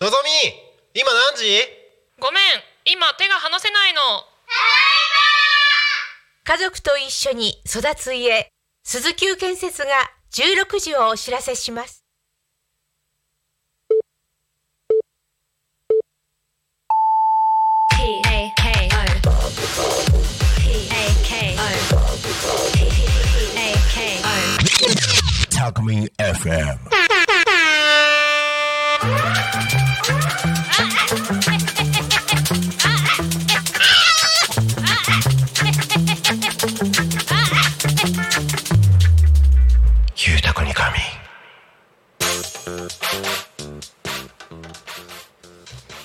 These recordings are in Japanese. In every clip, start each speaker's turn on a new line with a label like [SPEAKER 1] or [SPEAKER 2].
[SPEAKER 1] のぞみ今何時
[SPEAKER 2] ごめん今手が離せないの
[SPEAKER 3] 家族と一緒に育つ家鈴木建設が16時をお知らせします
[SPEAKER 4] タクミ FM
[SPEAKER 1] ゆうたくに神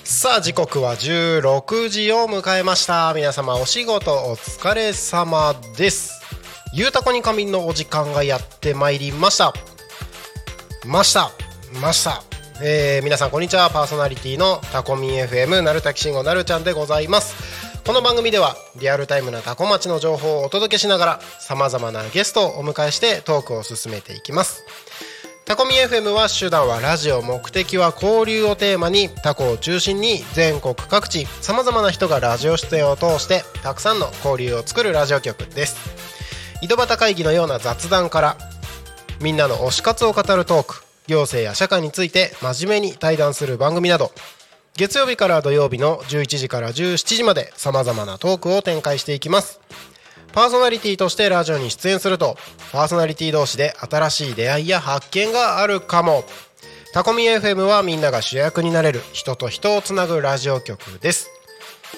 [SPEAKER 1] さあ時刻は16時を迎えました皆様お仕事お疲れ様ですゆうたこに神のお時間がやってまいりましたましたましたえー皆さんこんにちはパーソナリティのタコミン FM なるたきしんごなるちゃんでございますこの番組ではリアルタイムなタコ町の情報をお届けしながらさまざまなゲストをお迎えしてトークを進めていきますタコミ FM は手段はラジオ目的は交流をテーマにタコを中心に全国各地さまざまな人がラジオ出演を通してたくさんの交流を作るラジオ局です井戸端会議のような雑談からみんなの推し活を語るトーク行政や社会について真面目に対談する番組など月曜日から土曜日の11時から17時までさまざまなトークを展開していきますパーソナリティとしてラジオに出演するとパーソナリティ同士で新しい出会いや発見があるかもタコミ FM はみんなが主役になれる人と人をつなぐラジオ局です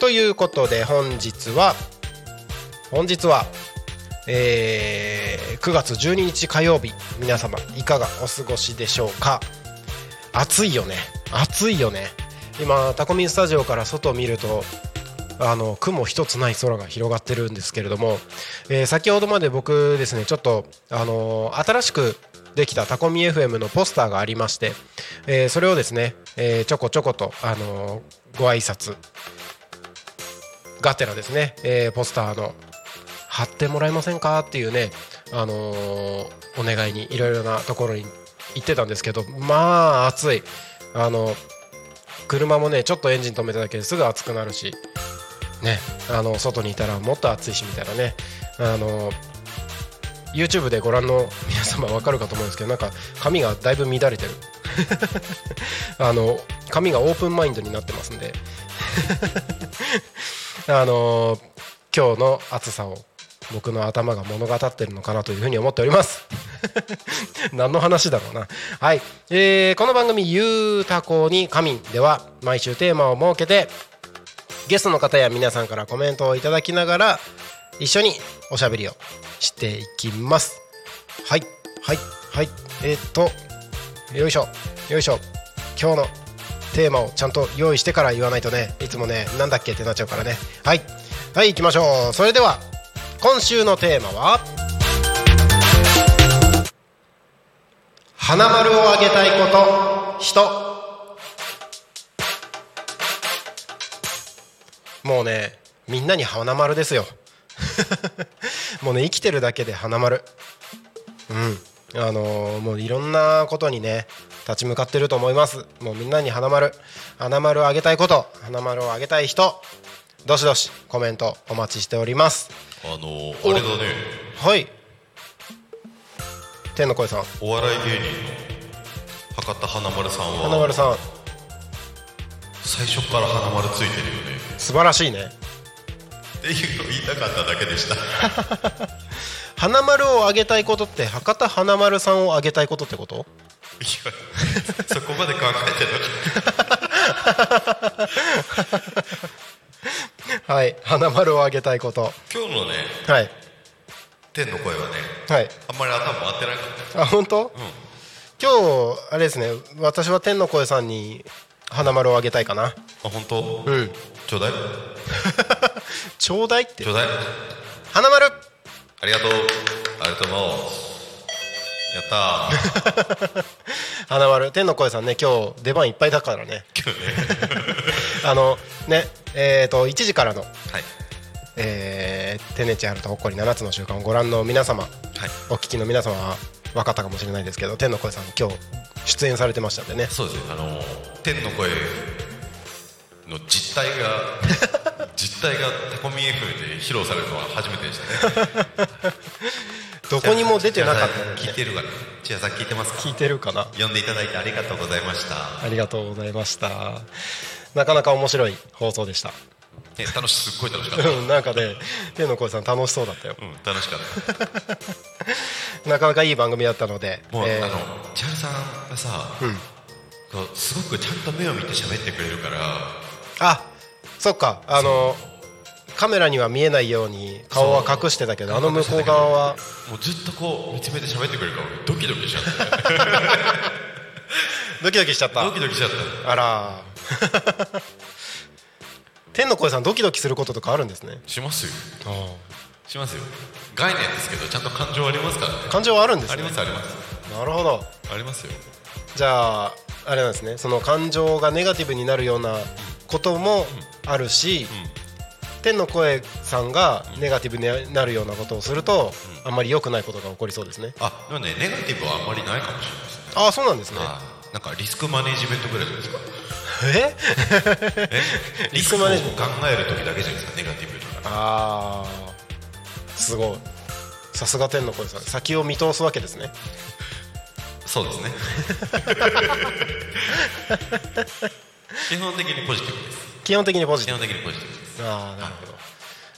[SPEAKER 1] ということで本日は本日はえー9月12日火曜日皆様いかがお過ごしでしょうか暑いよね暑いよね今タコミンスタジオから外を見るとあの雲一つない空が広がってるんですけれども、えー先ほどまで僕ですねちょっと、あのー新しくできたタコミ FM のポスターがありまして、えーそれをですね、えーちょこちょこと、あのーご挨拶がてらですね、えーポスターの貼ってもらえませんかっていうね、あのーお願いにいろいろなところに行ってたんですけどまあ暑いあの車もねちょっとエンジン止めただけですぐ暑くなるしねあの外にいたらもっと暑いしみたいなねあの YouTube でご覧の皆様わかるかと思うんですけどなんか髪がだいぶ乱れてる あの髪がオープンマインドになってますんで あの今日の暑さを僕の頭が物語ってるのかなというふうに思っております 何の話だろうなはい、えーこの番組「ゆうたこに神」では毎週テーマを設けてゲストの方や皆さんからコメントをいただきながら一緒におしゃべりをしていきますはいはいはいえーっとよいしょよいしょ今日のテーマをちゃんと用意してから言わないとねいつもねなんだっけってなっちゃうからねはいはい行きましょうそれでは今週のテーマは花丸をあげたいこと人もうねみんなに花丸ですよ もうね生きてるだけで花丸うんあのーもういろんなことにね立ち向かってると思いますもうみんなに花丸花丸をあげたいこと花丸をあげたい人どしどしコメントお待ちしております
[SPEAKER 5] あのー、あれだね
[SPEAKER 1] はい天の声さん
[SPEAKER 5] お笑い芸人の博多華丸さん
[SPEAKER 1] 花
[SPEAKER 5] は
[SPEAKER 1] 丸さん
[SPEAKER 5] 最初から花丸ついてるよね
[SPEAKER 1] 素晴らしいね
[SPEAKER 5] っていうのを言いたかっただけでした
[SPEAKER 1] 花丸をあげたいことって博多花丸さんをあげたいことってこと
[SPEAKER 5] いやそこまで考えてなかっ
[SPEAKER 1] はい花丸をあげたいこと
[SPEAKER 5] た今日のね
[SPEAKER 1] はい
[SPEAKER 5] 天の声はね
[SPEAKER 1] はい
[SPEAKER 5] あんまり頭回ってなかっ
[SPEAKER 1] あ本当、今日あれですね私は天の声さんに花丸をあげたいかな
[SPEAKER 5] たあ本当
[SPEAKER 1] うん
[SPEAKER 5] ちょうだい
[SPEAKER 1] ちょうだいって
[SPEAKER 5] ちょうだい
[SPEAKER 1] 花丸
[SPEAKER 5] ありがとうありがとうやったー
[SPEAKER 1] 花丸天の声さんね今日出番いっぱいだからね
[SPEAKER 5] 今日ね
[SPEAKER 1] あのねえっ、と1時からの
[SPEAKER 5] はい
[SPEAKER 1] 「えー、テネチハルとほっこり7つの習慣」をご覧の皆様
[SPEAKER 5] はい
[SPEAKER 1] お聞きの皆様は分かったかもしれないですけど天の声さん今日出演されてましたんでね
[SPEAKER 5] そうですねあの天の声の実態 が実態がタコミ FM で披露されるのは初めてでしたね
[SPEAKER 1] どこにも出てなかったので、
[SPEAKER 5] 聞い
[SPEAKER 1] ね、
[SPEAKER 5] てるかな千谷さん聞いてます
[SPEAKER 1] 聞い
[SPEAKER 5] か
[SPEAKER 1] てるかな
[SPEAKER 5] 呼んでいただいてありがとうございました
[SPEAKER 1] ありがとうございましたなかなか面白い放送でした
[SPEAKER 5] え楽しすっごい楽しかった、うん、
[SPEAKER 1] うんなんかね天の声さん楽しそうだったよ
[SPEAKER 5] 楽しかった
[SPEAKER 1] なかなかいい番組だったので、
[SPEAKER 5] もう、
[SPEAKER 1] えー
[SPEAKER 5] あの千春さんがさ、
[SPEAKER 1] ん
[SPEAKER 5] こうすごくちゃんと目を見て喋ってくれるから
[SPEAKER 1] あそっかあのカメラには見えないように顔は隠してたけどあの向こう側は
[SPEAKER 5] もうずっとこう見つめて喋ってくれるから俺ドキドキしちゃった
[SPEAKER 1] ドキドキしちゃった
[SPEAKER 5] ドキドキしちゃった
[SPEAKER 1] あらー天の声さんドキドキすることとかあるんですね
[SPEAKER 5] しますよしますよ概念ですけどちゃんと感情ありますからね
[SPEAKER 1] 感情はあるんです
[SPEAKER 5] あり
[SPEAKER 1] ね
[SPEAKER 5] ますあります
[SPEAKER 1] なるほど
[SPEAKER 5] ありますよ
[SPEAKER 1] じゃああれなんですねその感情がネガティブになるようなこともあるし、天の声さんがネガティブになるようなことをすると、あんまり良くないことが起こりそうですね
[SPEAKER 5] あでもねネガティブはあんまりないかもしれないですね
[SPEAKER 1] ああそうなんですね
[SPEAKER 5] あなんかリスクマネジメントぐらいじゃないですか
[SPEAKER 1] え
[SPEAKER 5] え
[SPEAKER 1] リスクマネジメン
[SPEAKER 5] リスクを考える時だけじゃないですかネガティブに
[SPEAKER 1] ああすごいさすが天の声さん先を見通すわけですね
[SPEAKER 5] そうですね 基本的にポジティブです
[SPEAKER 1] 基本的にポジ
[SPEAKER 5] 基
[SPEAKER 1] ティ
[SPEAKER 5] 本的にポジティブです
[SPEAKER 1] ブああなるほど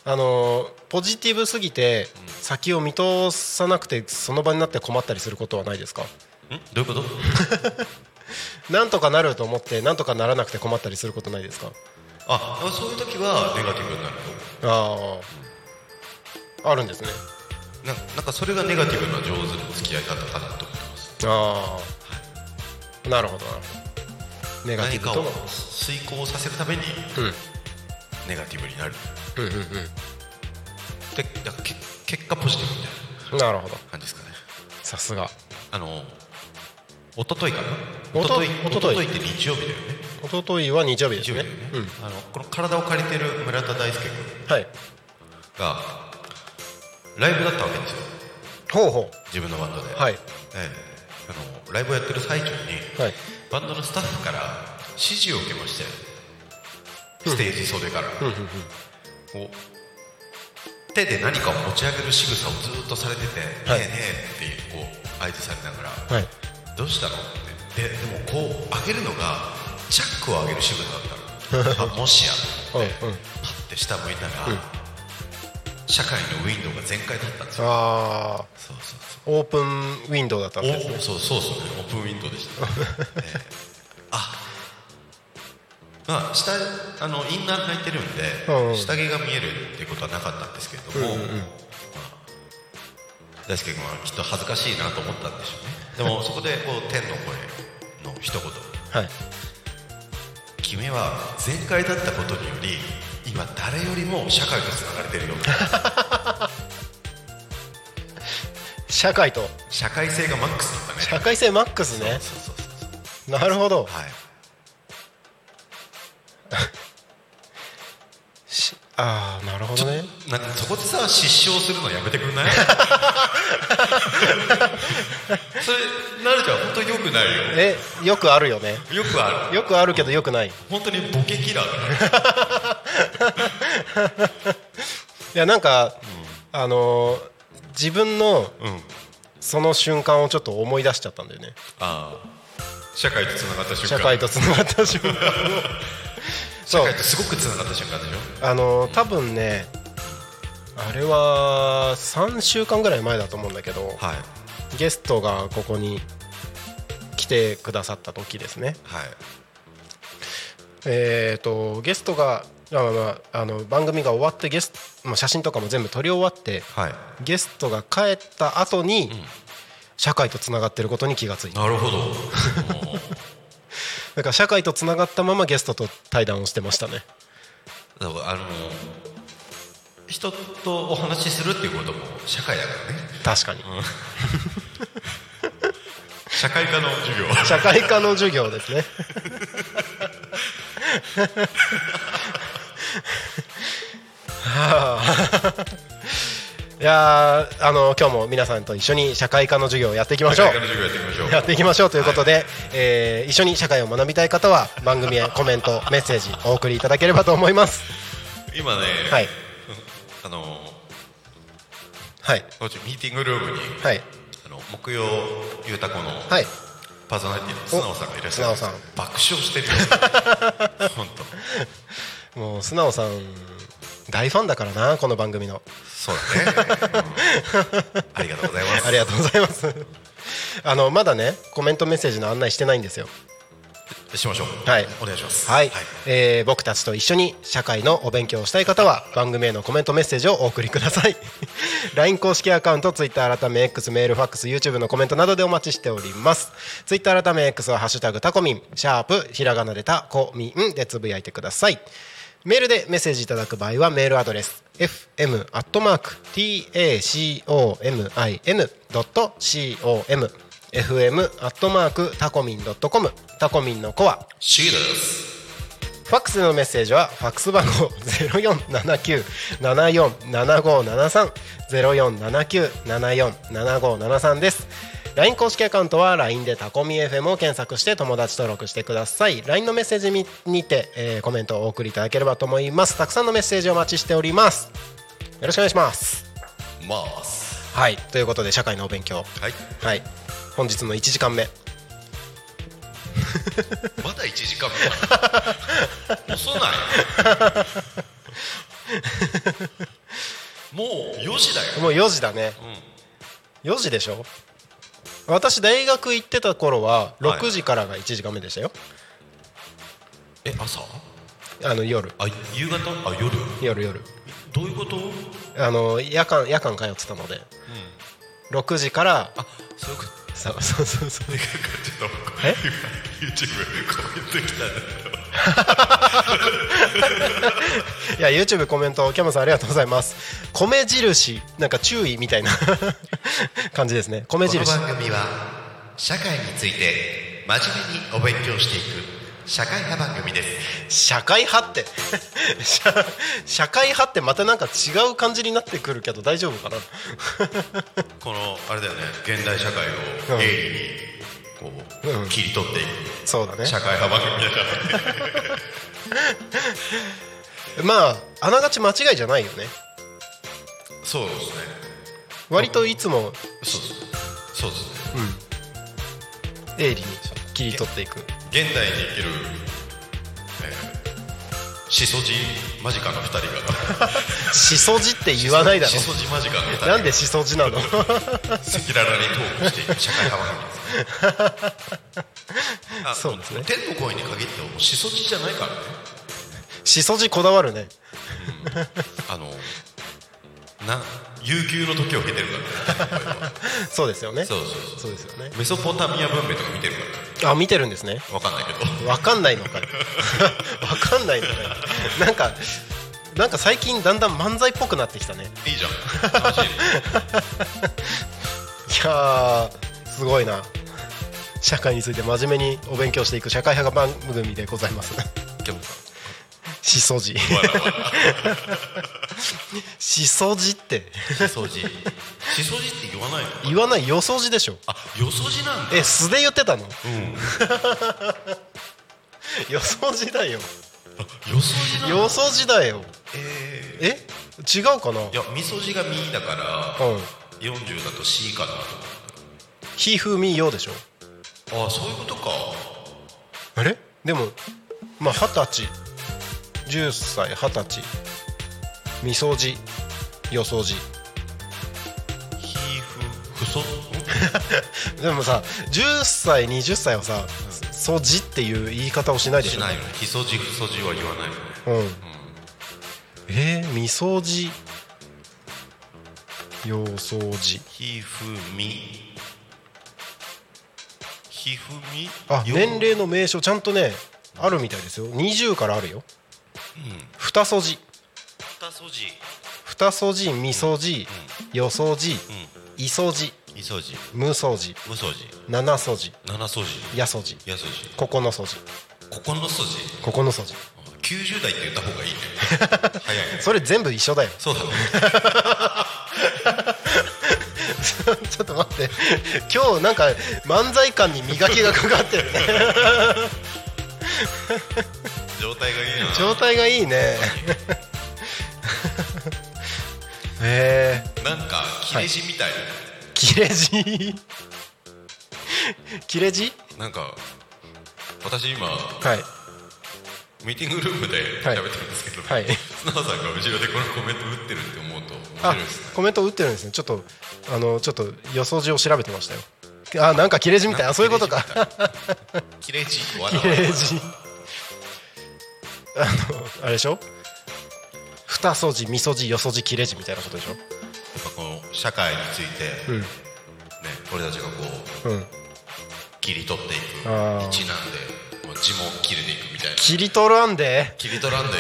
[SPEAKER 1] あのーポジティブすぎて先を見通さなくてその場になって困ったりすることはないですか
[SPEAKER 5] んどういうこと
[SPEAKER 1] なんとかなると思ってなんとかならなくて困ったりすることないですか
[SPEAKER 5] あそういう時はネガティブになる
[SPEAKER 1] あああるんですね
[SPEAKER 5] とななんかそれがネガティブな上手な付き合い方かなと思ってます
[SPEAKER 1] ああなるほどなるほどネガテ
[SPEAKER 5] 何
[SPEAKER 1] ィブ
[SPEAKER 5] か
[SPEAKER 1] と
[SPEAKER 5] を
[SPEAKER 1] の
[SPEAKER 5] 遂行させるために
[SPEAKER 1] うん
[SPEAKER 5] ネガティブになる
[SPEAKER 1] うんうん
[SPEAKER 5] でだからけ結果ポジティブみたい
[SPEAKER 1] うんなるほど
[SPEAKER 5] な感じですかね
[SPEAKER 1] さすが
[SPEAKER 5] あの一昨日かな
[SPEAKER 1] お
[SPEAKER 5] 一
[SPEAKER 1] と
[SPEAKER 5] 昨日
[SPEAKER 1] お
[SPEAKER 5] 一
[SPEAKER 1] とと
[SPEAKER 5] 昨
[SPEAKER 1] い
[SPEAKER 5] 日って日曜日だよね
[SPEAKER 1] 一昨日は日曜日で
[SPEAKER 5] 日
[SPEAKER 1] す
[SPEAKER 5] 曜
[SPEAKER 1] ね
[SPEAKER 5] 日だよね、
[SPEAKER 1] うん
[SPEAKER 5] あのこの体を借りてる村田大輔君
[SPEAKER 1] はい
[SPEAKER 5] がライブだったわけですよ
[SPEAKER 1] ほうほ
[SPEAKER 5] 自分のバンドで、
[SPEAKER 1] はい
[SPEAKER 5] ええあのライブをやってる最中に、
[SPEAKER 1] うはい
[SPEAKER 5] バンドのスタッフから指示を受けましてステージ袖から、こう手で何かを持ち上げる仕草をずっとされてて「
[SPEAKER 1] はい
[SPEAKER 5] ねえねえ」ってこう合図されながら「
[SPEAKER 1] はい
[SPEAKER 5] どうしたの?」ってででもこう上げるのがチャックを上げる仕草だった のあもしや
[SPEAKER 1] うんうん
[SPEAKER 5] パッて下向いたら、社会のウィンドウが全開だったんですよ
[SPEAKER 1] ああ
[SPEAKER 5] そうそうそう
[SPEAKER 1] オープンウィンドウだったわけです
[SPEAKER 5] お
[SPEAKER 1] ね
[SPEAKER 5] そうそうそうねオープンウィンドウでした、ええあまあ下あのインナー履いてるんで、
[SPEAKER 1] うんうん
[SPEAKER 5] 下着が見えるってことはなかったんですけれども、まあ、大輔君はきっと恥ずかしいなと思ったんでしょうねでもそこでこう天の声の一言
[SPEAKER 1] はい
[SPEAKER 5] 「君は全開だったことにより今誰よりも社会とつながれてるよ」
[SPEAKER 1] 社会と
[SPEAKER 5] 社会性がマックスだったね
[SPEAKER 1] 社会性マックスね
[SPEAKER 5] そうそうそうそう
[SPEAKER 1] なるほど
[SPEAKER 5] はい
[SPEAKER 1] しああなるほどね
[SPEAKER 5] なんかそこでさ失笑するのやめてくんない それなるちゃん本当によくないよ
[SPEAKER 1] えよくあるよね
[SPEAKER 5] よくある
[SPEAKER 1] よくあるけどよくない
[SPEAKER 5] 本当にボケキラーだね
[SPEAKER 1] いやなんか、あのー自分の
[SPEAKER 5] うん
[SPEAKER 1] その瞬間をちょっと思い出しちゃったんだよね
[SPEAKER 5] ああ社会とつながった瞬間
[SPEAKER 1] 社会とつながった瞬間を
[SPEAKER 5] 社
[SPEAKER 1] そう
[SPEAKER 5] 会とすごくつながった瞬間でしょ
[SPEAKER 1] あのー多分ねあれは3週間ぐらい前だと思うんだけど
[SPEAKER 5] はい
[SPEAKER 1] ゲストがここに来てくださった時ですね
[SPEAKER 5] はい
[SPEAKER 1] えー、とゲストが、まあまあまあ、あの番組が終わってゲスト、まあ、写真とかも全部撮り終わって
[SPEAKER 5] はい
[SPEAKER 1] ゲストが帰った後に、社会とつながってることに気がついた
[SPEAKER 5] なるほどもう
[SPEAKER 1] だから社会とつながったままゲストと対談をしてましたね
[SPEAKER 5] だからあの人とお話しするっていうことも社会だからね
[SPEAKER 1] 確かに
[SPEAKER 5] 社会科の授業
[SPEAKER 1] 社会科の授業ですね はあいやーあの今日も皆さんと一緒に社会科の授業をやっていきましょう
[SPEAKER 5] 社会科の授業やっていきましょ
[SPEAKER 1] やっていきましょ
[SPEAKER 5] う
[SPEAKER 1] うということで、えー一緒に社会を学びたい方は番組へコメントメッセージお送りいただければと思います
[SPEAKER 5] 今ね、
[SPEAKER 1] はい
[SPEAKER 5] あの
[SPEAKER 1] はい
[SPEAKER 5] こっちミーティングルームに、
[SPEAKER 1] はい
[SPEAKER 5] あの木曜ゆうたこの
[SPEAKER 1] はい
[SPEAKER 5] パーソナリティの素直さんがいらっしゃる
[SPEAKER 1] お素直さん
[SPEAKER 5] 爆笑してるよ 本当
[SPEAKER 1] もう素直さん大ファンだからなこの番組 の
[SPEAKER 5] そうだね、うんありがとうございます
[SPEAKER 1] ありがとうございますあのまだねコメントメッセージの案内してないんですよ
[SPEAKER 5] しましょう
[SPEAKER 1] はい
[SPEAKER 5] お願いします
[SPEAKER 1] はい、えー僕たちと一緒に社会のお勉強をしたい方は番組へのコメントメッセージをお送りください LINE 公式アカウント Twitter 改め X メールファックス YouTube のコメントなどでお待ちしております Twitter 改め X は「ハッシュタグタコミン」シャープひらがなでタコミンでつぶやいてくださいメールでメッセージいただく場合はメールアドレス fm.tacomin.com fm アットマークタコミンドットコムタコミンのコア
[SPEAKER 5] C です
[SPEAKER 1] ファックスでのメッセージはファックス番号ゼロ四七九七四七五七三ゼロ四七九七四七五七三です。LINE 公式アカウントは LINE でタコミ FM を検索して友達登録してください LINE のメッセージににて、えーコメントをお送りいただければと思いますたくさんのメッセージをお待ちしておりますよろしくお願いします
[SPEAKER 5] まーす
[SPEAKER 1] はいということで社会のお勉強
[SPEAKER 5] はい
[SPEAKER 1] はい本日の1時間目
[SPEAKER 5] まだ1時間目遅ない もう4時だよ
[SPEAKER 1] もう4時だね、4時でしょ私大学行ってた頃は
[SPEAKER 5] はい
[SPEAKER 1] 6時からが1時間目でしたよ、
[SPEAKER 5] え朝
[SPEAKER 1] あの夜
[SPEAKER 5] あ夕方あ夜
[SPEAKER 1] 夜夜
[SPEAKER 5] どういうこと
[SPEAKER 1] あの夜間夜間通ってたので、6時から
[SPEAKER 5] あそういうこと
[SPEAKER 1] そうそうそうそう
[SPEAKER 5] でかくちょっと
[SPEAKER 1] え
[SPEAKER 5] YouTube コメント来たんだけど
[SPEAKER 1] いや YouTube コメントキャムさんありがとうございます米印なんか注意みたいな 感じですね米
[SPEAKER 5] この
[SPEAKER 1] 印
[SPEAKER 5] 番組は社会について真面目にお勉強していく社会派番組です
[SPEAKER 1] 社会派って 社社会派ってまたなんか違う感じになってくるけど大丈夫かな
[SPEAKER 5] このあれだよね現代社会
[SPEAKER 1] う
[SPEAKER 5] を
[SPEAKER 1] ん
[SPEAKER 5] 鋭利にこう、
[SPEAKER 1] うん
[SPEAKER 5] 切り取ってい
[SPEAKER 1] そうだね
[SPEAKER 5] く社会派番組だから ね
[SPEAKER 1] まああながち間違いじゃないよね
[SPEAKER 5] そうですね
[SPEAKER 1] 割といつも
[SPEAKER 5] そうですそうですね
[SPEAKER 1] 鋭利に切り取っていく
[SPEAKER 5] 現代に生きる、えー、シソジ間近の二人が
[SPEAKER 1] しそじって言わないだ
[SPEAKER 5] シ
[SPEAKER 1] ろ
[SPEAKER 5] ソジ間近の二人が
[SPEAKER 1] なんでしそじなの
[SPEAKER 5] 赤裸々にトークしていく社会派番組です あ
[SPEAKER 1] そうですね
[SPEAKER 5] 天の声に限ってはもうしそじじゃないからね
[SPEAKER 1] しそじこだわるね
[SPEAKER 5] あのな悠久の時を経てるからね
[SPEAKER 1] そうですよね
[SPEAKER 5] そうそうそ
[SPEAKER 1] そうですよね
[SPEAKER 5] うメソポタミア文明とか見てるか
[SPEAKER 1] あ見てるんですね
[SPEAKER 5] らわかんないけど
[SPEAKER 1] わかんないの かよわかんないのかよなんかなんか最近だんだん漫才っぽくなってきたね
[SPEAKER 5] いいじゃん楽
[SPEAKER 1] い
[SPEAKER 5] しい
[SPEAKER 1] やーすごいな社会について真面目にお勉強していく社会派番組でございます
[SPEAKER 5] でもさ
[SPEAKER 1] しそじ
[SPEAKER 5] わら わ
[SPEAKER 1] しそじって
[SPEAKER 5] らしそじしそじって言わないの
[SPEAKER 1] 言わないよそじでしょ
[SPEAKER 5] あよそじなんだ
[SPEAKER 1] え素で言ってたの
[SPEAKER 5] うん
[SPEAKER 1] 予想時 代よ
[SPEAKER 5] あよそじなんだ
[SPEAKER 1] 予想時代よ
[SPEAKER 5] え
[SPEAKER 1] え違うかな
[SPEAKER 5] ーいやみそじがみだから
[SPEAKER 1] うん
[SPEAKER 5] 40だと C かなと思って
[SPEAKER 1] 「ひふみよ」でしょ
[SPEAKER 5] ああそういうことか
[SPEAKER 1] あれでもまあ二十歳10歳二十歳みそじ予想じ
[SPEAKER 5] ひふふそ
[SPEAKER 1] でもさ10歳20歳はさ「そじ」っていう言い方をしないでし
[SPEAKER 5] し
[SPEAKER 1] ょ
[SPEAKER 5] ないよねひそじふそじは言わないよね
[SPEAKER 1] うんえー、みそじよそじ
[SPEAKER 5] ひふみひふみ
[SPEAKER 1] あ
[SPEAKER 5] よ
[SPEAKER 1] 年齢の名称ちゃんとねあるみたいですよ20からあるよ二そじ
[SPEAKER 5] 二そじ
[SPEAKER 1] 二そじみそじよそじいそじ
[SPEAKER 5] うんいそじ
[SPEAKER 1] むそじ
[SPEAKER 5] むそじ
[SPEAKER 1] 七そじ
[SPEAKER 5] 七そじ
[SPEAKER 1] やそじ
[SPEAKER 5] やそじ
[SPEAKER 1] ここのそじ
[SPEAKER 5] ここのそじ
[SPEAKER 1] ここのそじ
[SPEAKER 5] 90代って言った方がいいね早いね
[SPEAKER 1] それ全部一緒だよ
[SPEAKER 5] そうだね
[SPEAKER 1] ちょっと待って今日なんか漫才感に磨きがかかってるね
[SPEAKER 5] 状態がいいな
[SPEAKER 1] 状態がいいね え
[SPEAKER 5] なんか切れ字みたい、
[SPEAKER 1] ー、切れ字切れ字
[SPEAKER 5] なんか私今
[SPEAKER 1] はい
[SPEAKER 5] ミーティングルームで
[SPEAKER 1] はい
[SPEAKER 5] 喋ってるんですけど、
[SPEAKER 1] はい
[SPEAKER 5] 砂田さんが後ろでこのコメント打ってるって思うと面白
[SPEAKER 1] あ
[SPEAKER 5] いですね
[SPEAKER 1] コメント打ってるんですねちょっとあのちょっと予想字を調べてましたよあなんか切れ字みたいなそういうことか
[SPEAKER 5] 切れ字 わらわ
[SPEAKER 1] 切
[SPEAKER 5] ら
[SPEAKER 1] れ字あのあれでしょ二そじみそじよそじ切れ字みたいなことでしょ
[SPEAKER 5] やっぱこの社会について、
[SPEAKER 1] うん
[SPEAKER 5] ね、俺たちがこう
[SPEAKER 1] うん
[SPEAKER 5] 切り取っていく道
[SPEAKER 1] あ
[SPEAKER 5] な
[SPEAKER 1] ー
[SPEAKER 5] んでもう字も切れていくみたいな
[SPEAKER 1] 切り取らんで
[SPEAKER 5] 切り取らんで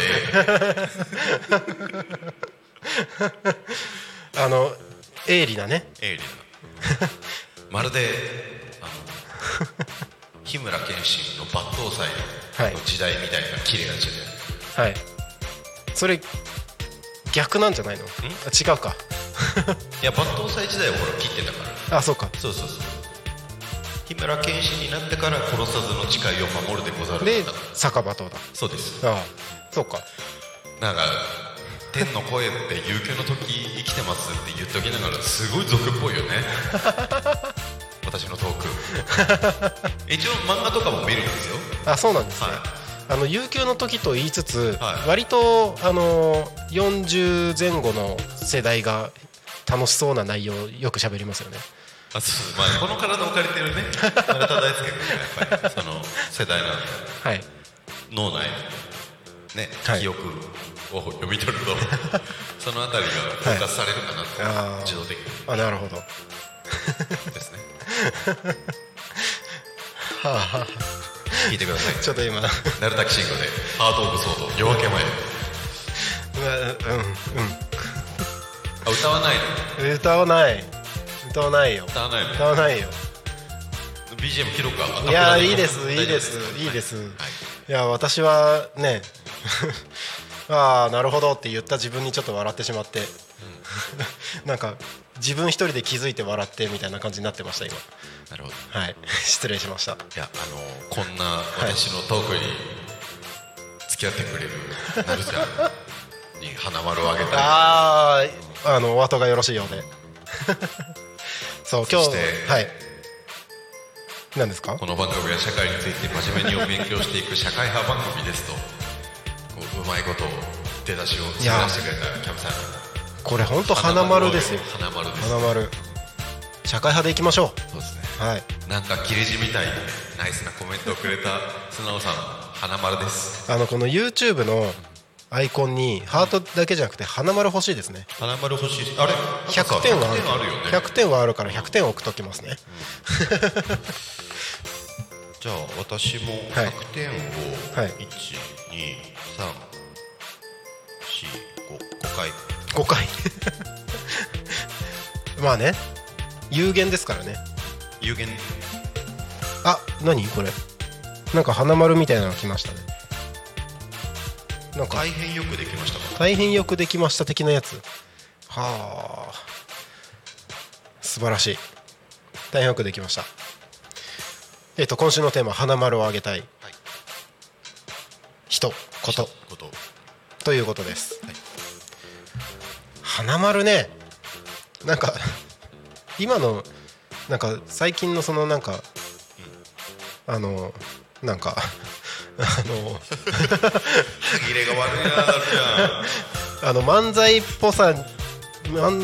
[SPEAKER 1] あの鋭利なね
[SPEAKER 5] 鋭利な まるであの日村謙信の抜刀斎の時代みたいな切れ味で、
[SPEAKER 1] はいそれ逆なんじゃないのあ違うか
[SPEAKER 5] い、や抜刀斎時代はほら切ってたから
[SPEAKER 1] あそうか
[SPEAKER 5] そうそうそう日村謙信になってから殺さずの誓いを守るでござる
[SPEAKER 1] で
[SPEAKER 5] だった
[SPEAKER 1] 酒場刀だ
[SPEAKER 5] そうです
[SPEAKER 1] ああそうか
[SPEAKER 5] なんか天の声って悠久の時生きてますって言っときながらすごい俗っぽいよね 私のトーク一応漫画とかも見るんですよ
[SPEAKER 1] あそうなんですね、
[SPEAKER 5] はい
[SPEAKER 1] あの悠久の時と言いつつ、
[SPEAKER 5] はい
[SPEAKER 1] 割とあの40前後の世代が楽しそうな内容をよく喋りますよね
[SPEAKER 5] あそうまあこの体を借りてるね村田大輔君がやっぱりその世代なんで
[SPEAKER 1] はい
[SPEAKER 5] 脳内ね、
[SPEAKER 1] はい
[SPEAKER 5] 記憶を読み取る とそのあたりが復活されるかな
[SPEAKER 1] あ
[SPEAKER 5] と、
[SPEAKER 1] ー
[SPEAKER 5] 自動的に
[SPEAKER 1] あなるほどは
[SPEAKER 5] ですね
[SPEAKER 1] あ、はあ、
[SPEAKER 5] 聞いてください
[SPEAKER 1] ちょっと今 うわ
[SPEAKER 5] なるたき慎吾で「ハート・オブ・ソード夜明け前」あ歌わないの
[SPEAKER 1] うんうん歌わない歌わないよ
[SPEAKER 5] 歌わない
[SPEAKER 1] 歌
[SPEAKER 5] の
[SPEAKER 1] わないよ
[SPEAKER 5] BGM 広くはい
[SPEAKER 1] やいいですいいですいい
[SPEAKER 5] す
[SPEAKER 1] です、い、や私はね ああなるほどって言った自分にちょっと笑ってしまって、 なんか自分一人で気づいて笑ってみたいな感じになってました今
[SPEAKER 5] なるほど
[SPEAKER 1] はい、 失礼しました。
[SPEAKER 5] いやあのこんな私のトークに付き合ってくれるなるちゃんに花丸をあげたい
[SPEAKER 1] ああ、あのお後がよろしいようで。 そう、今日
[SPEAKER 5] そして
[SPEAKER 1] はい。なんですか
[SPEAKER 5] こ。の番組は社会について真面目にお勉強していく社会派番組ですとこううまいことを出だしを作らせてくれたキャムさん
[SPEAKER 1] これ本当花丸ですよ。
[SPEAKER 5] 花丸です
[SPEAKER 1] 花丸。社会派でいきましょ
[SPEAKER 5] そうですね
[SPEAKER 1] う。はい。
[SPEAKER 5] なんか切れ字みたいにナイスなコメントをくれた素直さん花丸です
[SPEAKER 1] あのこの YouTube のアイコンにハートだけじゃなくて花丸欲しいですね。
[SPEAKER 5] 花丸欲しいあれ
[SPEAKER 1] 100点はある。
[SPEAKER 5] 100よね
[SPEAKER 1] 100点はあるから100点送っときますね。
[SPEAKER 5] じゃあ私も
[SPEAKER 1] はい
[SPEAKER 5] 100点を
[SPEAKER 1] はい
[SPEAKER 5] 12345回
[SPEAKER 1] 5回。 まあね、有限ですからね。
[SPEAKER 5] 有限
[SPEAKER 1] あ何これなんか花丸みたいなの来ましたねなんか
[SPEAKER 5] 大変よくできましたか
[SPEAKER 1] 大変よくできました的なやつはあ素晴らしい大変よくできましたえっ、と今週のテーマ「花丸をあげたい
[SPEAKER 5] はい
[SPEAKER 1] 人こと
[SPEAKER 5] こと」
[SPEAKER 1] ということです、
[SPEAKER 5] はい
[SPEAKER 1] 花丸ねなんか今のなんか最近のそのなんかあのなんか あの
[SPEAKER 5] 切れが悪いななる
[SPEAKER 1] あの漫才っぽさ漫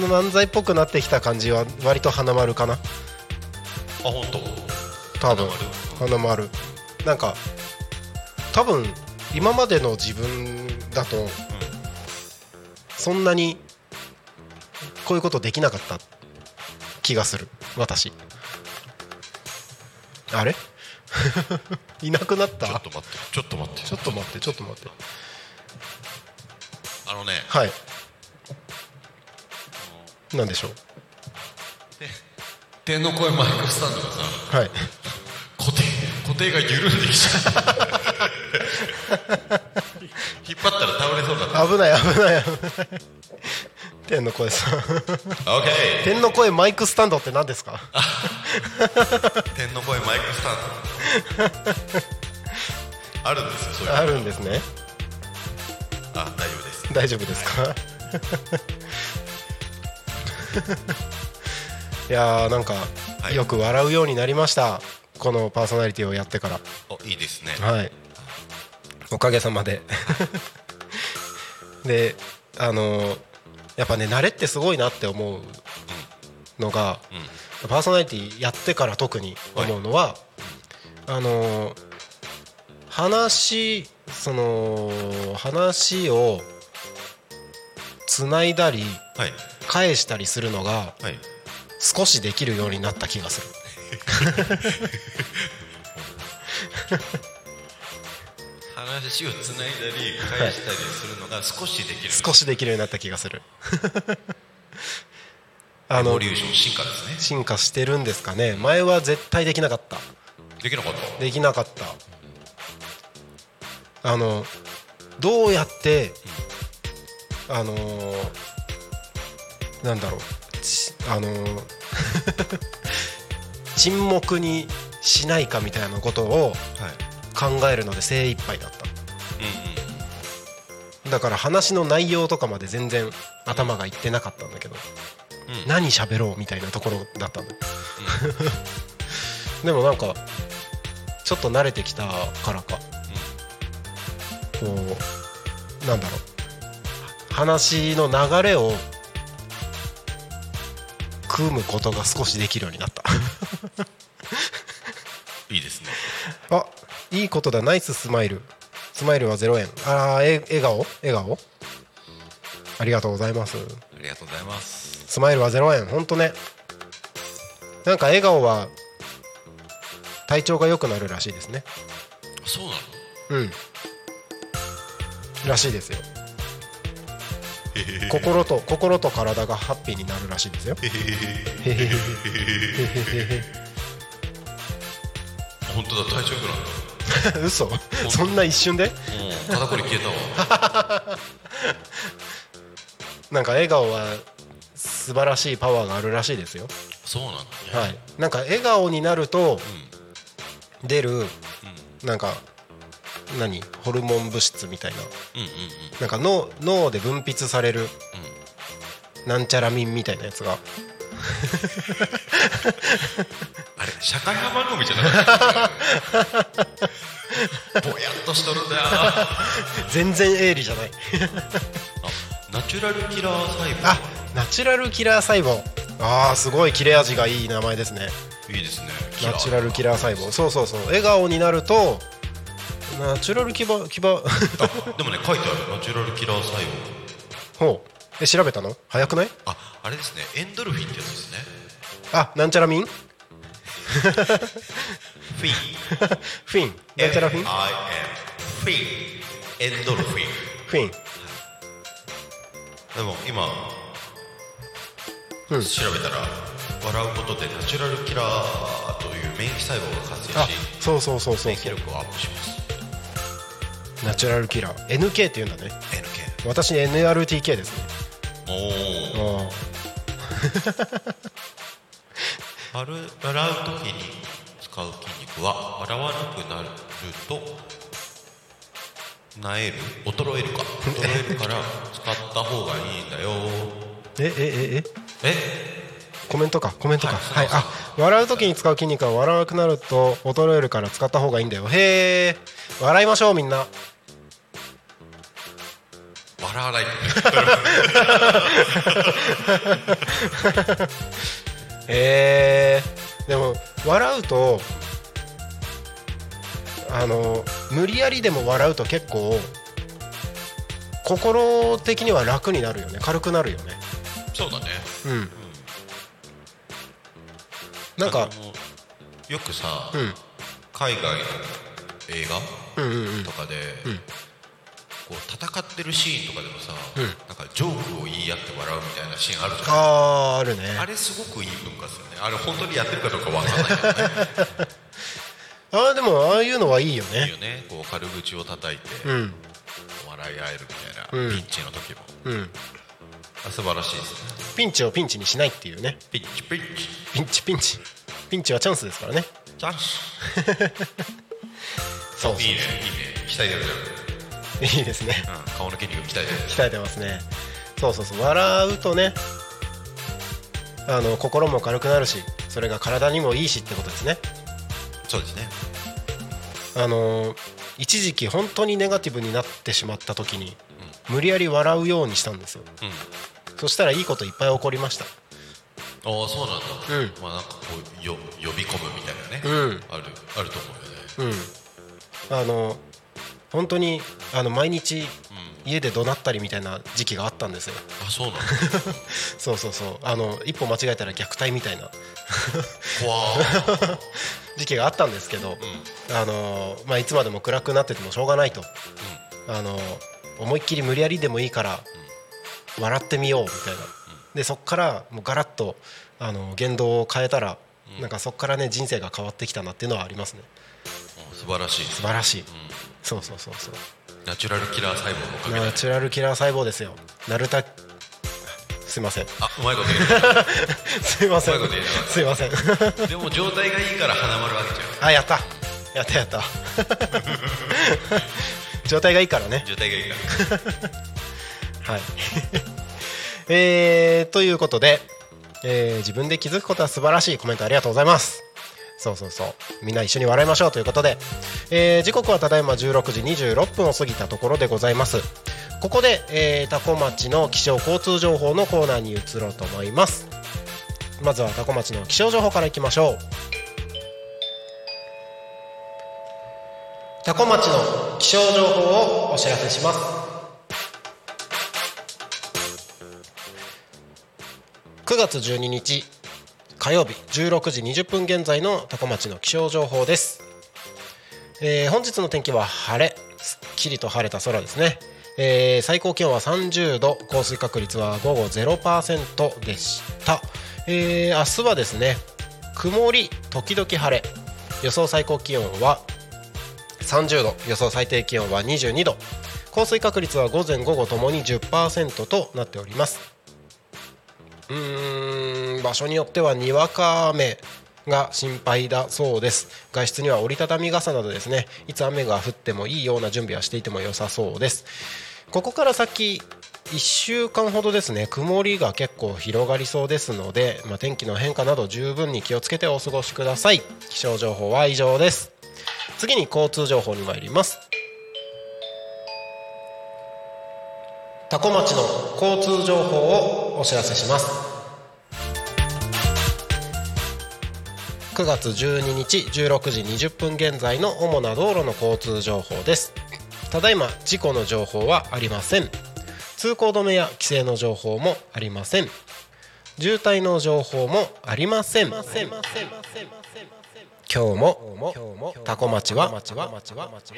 [SPEAKER 1] 漫才っぽくなってきた感じは割と花丸かな
[SPEAKER 5] ちゃんあ本当
[SPEAKER 1] 多分花丸なんか多分今までの自分だと、そんなにこういうことできなかった気がする私あれ いなくなっ
[SPEAKER 5] ちょったと待ってちょっと待って
[SPEAKER 1] ちょっと待ってちょっと待って
[SPEAKER 5] あのね
[SPEAKER 1] はいなんでしょう
[SPEAKER 5] 天の声マイクスタンドがさ
[SPEAKER 1] はい
[SPEAKER 5] 固定固定が緩んできちゃった引っ張ったら倒れそうだった
[SPEAKER 1] 危ない危ない危ない天の声さん
[SPEAKER 5] OK
[SPEAKER 1] 天の声マイクスタンドって何ですか
[SPEAKER 5] 天の声マイクスタンドあるんですよそういうの
[SPEAKER 1] あるんですね
[SPEAKER 5] あ大丈夫です
[SPEAKER 1] 大丈夫ですかいやーなんか、
[SPEAKER 5] はい
[SPEAKER 1] よく笑うようになりましたこのパーソナリティをやってから
[SPEAKER 5] おいいですね
[SPEAKER 1] はいおかげさまで であのーやっぱね慣れってすごいなって思うのが、
[SPEAKER 5] うん
[SPEAKER 1] パーソナリティやってから特に思うのは、あのー話その話をつないだり
[SPEAKER 5] はい
[SPEAKER 1] 返したりするのが
[SPEAKER 5] はい
[SPEAKER 1] 少しできるようになった気がする
[SPEAKER 5] 話をつないだり返したりするのが少しできる、
[SPEAKER 1] 少しできるようになった気がする あ
[SPEAKER 5] エボ
[SPEAKER 1] の
[SPEAKER 5] リューション進化ですね
[SPEAKER 1] 進化してるんですかね前は絶対できなかった
[SPEAKER 5] できなかった
[SPEAKER 1] できなかったあのどうやってあのーなんだろうちあの ー沈黙にしないかみたいなことを
[SPEAKER 5] はい
[SPEAKER 1] 考えるので精一杯だった
[SPEAKER 5] うんうん
[SPEAKER 1] だから話の内容とかまで全然頭がいってなかったんだけど
[SPEAKER 5] うん
[SPEAKER 1] 何喋ろうみたいなところだったの でもなんかちょっと慣れてきたからかこうなんだろう話の流れを組むことが少しできるようになった
[SPEAKER 5] いいですね
[SPEAKER 1] あいいことだナイススマイルスマイルは0円あーえ笑顔笑顔ありがとうございます
[SPEAKER 5] ありがとうございます
[SPEAKER 1] スマイルは0円ほんとねなんか笑顔は体調が良くなるらしいですね
[SPEAKER 5] あそうなの
[SPEAKER 1] うんらしいですよ心と心と体がハッピーになるらしいですよへへへへへ
[SPEAKER 5] 本当だ体調良くなっ
[SPEAKER 1] へへ嘘 そんな一瞬で
[SPEAKER 5] たもう肩こり消えたわ
[SPEAKER 1] なんか笑顔は素晴らしいパワーがあるらしいですよ
[SPEAKER 5] そうなの
[SPEAKER 1] はいなんか笑顔になると出るなんか何ホルモン物質みたいな
[SPEAKER 5] うんうんうん
[SPEAKER 1] なんか脳脳で分泌されるなんちゃらみんみたいなやつが
[SPEAKER 5] あれ社会派番組じゃなかったっ けぼやっとしとるんだよな
[SPEAKER 1] 全然鋭利じゃない
[SPEAKER 5] ナチュラルキラー細胞
[SPEAKER 1] あナチュラルキラー細胞あーすごい切れ味がいい名前ですね
[SPEAKER 5] いいですね
[SPEAKER 1] ナチュラルキラー細胞そうそうそう笑顔になるとナチュラルキバキバ
[SPEAKER 5] あでもね書いてあるナチュラルキラー細胞
[SPEAKER 1] ほうえ調べたの早くない
[SPEAKER 5] ああれですねエンドルフィンってやつですね
[SPEAKER 1] あなんちゃらみん
[SPEAKER 5] フィン
[SPEAKER 1] フィンなんちゃらフィン
[SPEAKER 5] F I N フィンエンドルフィン
[SPEAKER 1] フィン
[SPEAKER 5] でも今、
[SPEAKER 1] うん
[SPEAKER 5] 調べたら笑うことでナチュラルキラーという免疫細胞が活性
[SPEAKER 1] あ
[SPEAKER 5] し
[SPEAKER 1] そうそうそうそう
[SPEAKER 5] 記力をアップします
[SPEAKER 1] ナチュラルキラー NK って言うんだね
[SPEAKER 5] NK
[SPEAKER 1] 私 NRTK ですね
[SPEAKER 5] お
[SPEAKER 1] あ
[SPEAKER 5] お笑う笑う時に使う筋肉は笑わなくなるとなえる衰えるか衰えるから使った方がいいんだよ
[SPEAKER 1] ーええええ
[SPEAKER 5] え
[SPEAKER 1] コメントかコメントかは、
[SPEAKER 5] はいい
[SPEAKER 1] あ笑う時に使う筋肉は笑わなくなると衰えるから使った方がいいんだよへえ笑いましょうみんな
[SPEAKER 5] 笑わない
[SPEAKER 1] へえでも笑うとあの無理やりでも笑うと結構心的には楽になるよね軽くなるよね
[SPEAKER 5] そうだね
[SPEAKER 1] うんなんか
[SPEAKER 5] あのよくさ、
[SPEAKER 1] うん
[SPEAKER 5] 海外の映画
[SPEAKER 1] うんうんうん
[SPEAKER 5] とかで、こう戦ってるシーンとかでもさ、
[SPEAKER 1] ん
[SPEAKER 5] なんかジョークを言い合って笑うみたいなシーンあるじゃんあ
[SPEAKER 1] あーあるね
[SPEAKER 5] れすごくいい文化ですよねあれ本当にやってるかどうかわからないけどね
[SPEAKER 1] あーでもああいうのはいいよ
[SPEAKER 5] いい
[SPEAKER 1] ね
[SPEAKER 5] よねこう軽口を叩いて
[SPEAKER 1] うん
[SPEAKER 5] 笑い合えるみたいな、
[SPEAKER 1] うん
[SPEAKER 5] ピンチの時も
[SPEAKER 1] うん
[SPEAKER 5] あ素晴らしいですね
[SPEAKER 1] ピンチをピンチにしないっていうね
[SPEAKER 5] ピッチピッチ
[SPEAKER 1] ピンチピンチピンチはチャンスですからね
[SPEAKER 5] チャンス
[SPEAKER 1] そうそう
[SPEAKER 5] いいねいいね鍛えてるじ
[SPEAKER 1] いいですね
[SPEAKER 5] ゃん、うん、顔の筋肉鍛えてる
[SPEAKER 1] 鍛えてますねそうそうそう笑うとねあの心も軽くなるしそれが体にもいいしってことですね
[SPEAKER 5] そうですね
[SPEAKER 1] あの一時期本当にネガティブになってしまった時に無理やり笑うようにしたんですよ
[SPEAKER 5] うん
[SPEAKER 1] そしたらいいこといっぱい起こりました
[SPEAKER 5] ああそうなんだ、
[SPEAKER 1] うん
[SPEAKER 5] まあなんかこうよ呼び込むみたいなね、
[SPEAKER 1] うん
[SPEAKER 5] あるあると思うよね
[SPEAKER 1] うんあの本当にあの毎日家で怒鳴ったりみたいな時期があったんですよ
[SPEAKER 5] あそうなん だ
[SPEAKER 1] そうそうそうあの一歩間違えたら虐待みたいな
[SPEAKER 5] 怖 ー
[SPEAKER 1] 時期があったんですけど、あのまあ、いつまでも暗くなっててもしょうがないと、あの思いっきり無理やりでもいいから笑ってみようみたいなでそっからもうガラッとあの言動を変えたら、なんかそっからね人生が変わってきたなっていうのはありますね
[SPEAKER 5] うん素晴らしいです
[SPEAKER 1] 素晴らしい、そうそうそうそう
[SPEAKER 5] ナチュラルキラー細胞のおかげで
[SPEAKER 1] ナチュラルキラー細胞ですよ。なるた。すい ません。
[SPEAKER 5] あうまいこと言
[SPEAKER 1] すいません
[SPEAKER 5] こういうこと言えなかっ。た
[SPEAKER 1] すいません。
[SPEAKER 5] うでも状態がいいから花丸わけじゃ
[SPEAKER 1] あ、やった。やったやった。 状態がいいからね
[SPEAKER 5] ん。状態がいいから
[SPEAKER 1] はい。 えー、ということで、えー自分で気づくことは素晴らしいコメントありがとうございます。そうそうそう。みんな一緒に笑いましょうということで、えー時刻はただいま16時26分を過ぎたところでございます。ここで、えー、タコ町の気象交通情報のコーナーに移ろうと思います。まずはタコ町の気象情報からいきましょう。タコ町の気象情報をお知らせします。9月12日火曜日16時20分現在の高町の気象情報です、えー本日の天気は晴れすっきりと晴れた空ですね、えー最高気温は30度降水確率は午後0%でした、えー明日はですね曇り時々晴れ予想最高気温は30度予想最低気温は22度降水確率は午前午後ともに10%となっておりますうーん場所によってはにわか雨が心配だそうです外出には折りたたみ傘などですねいつ雨が降ってもいいような準備はしていても良さそうですここから先1週間ほどですね曇りが結構広がりそうですので、まあ、天気の変化など十分に気をつけてお過ごしください気象情報は以上です次に交通情報に参りますタコ町の交通情報をお知らせします9月12日16時20分現在の主な道路の交通情報ですただいま事故の情報はありません通行止めや規制の情報もありません渋滞の情報もありません今日もタコ町は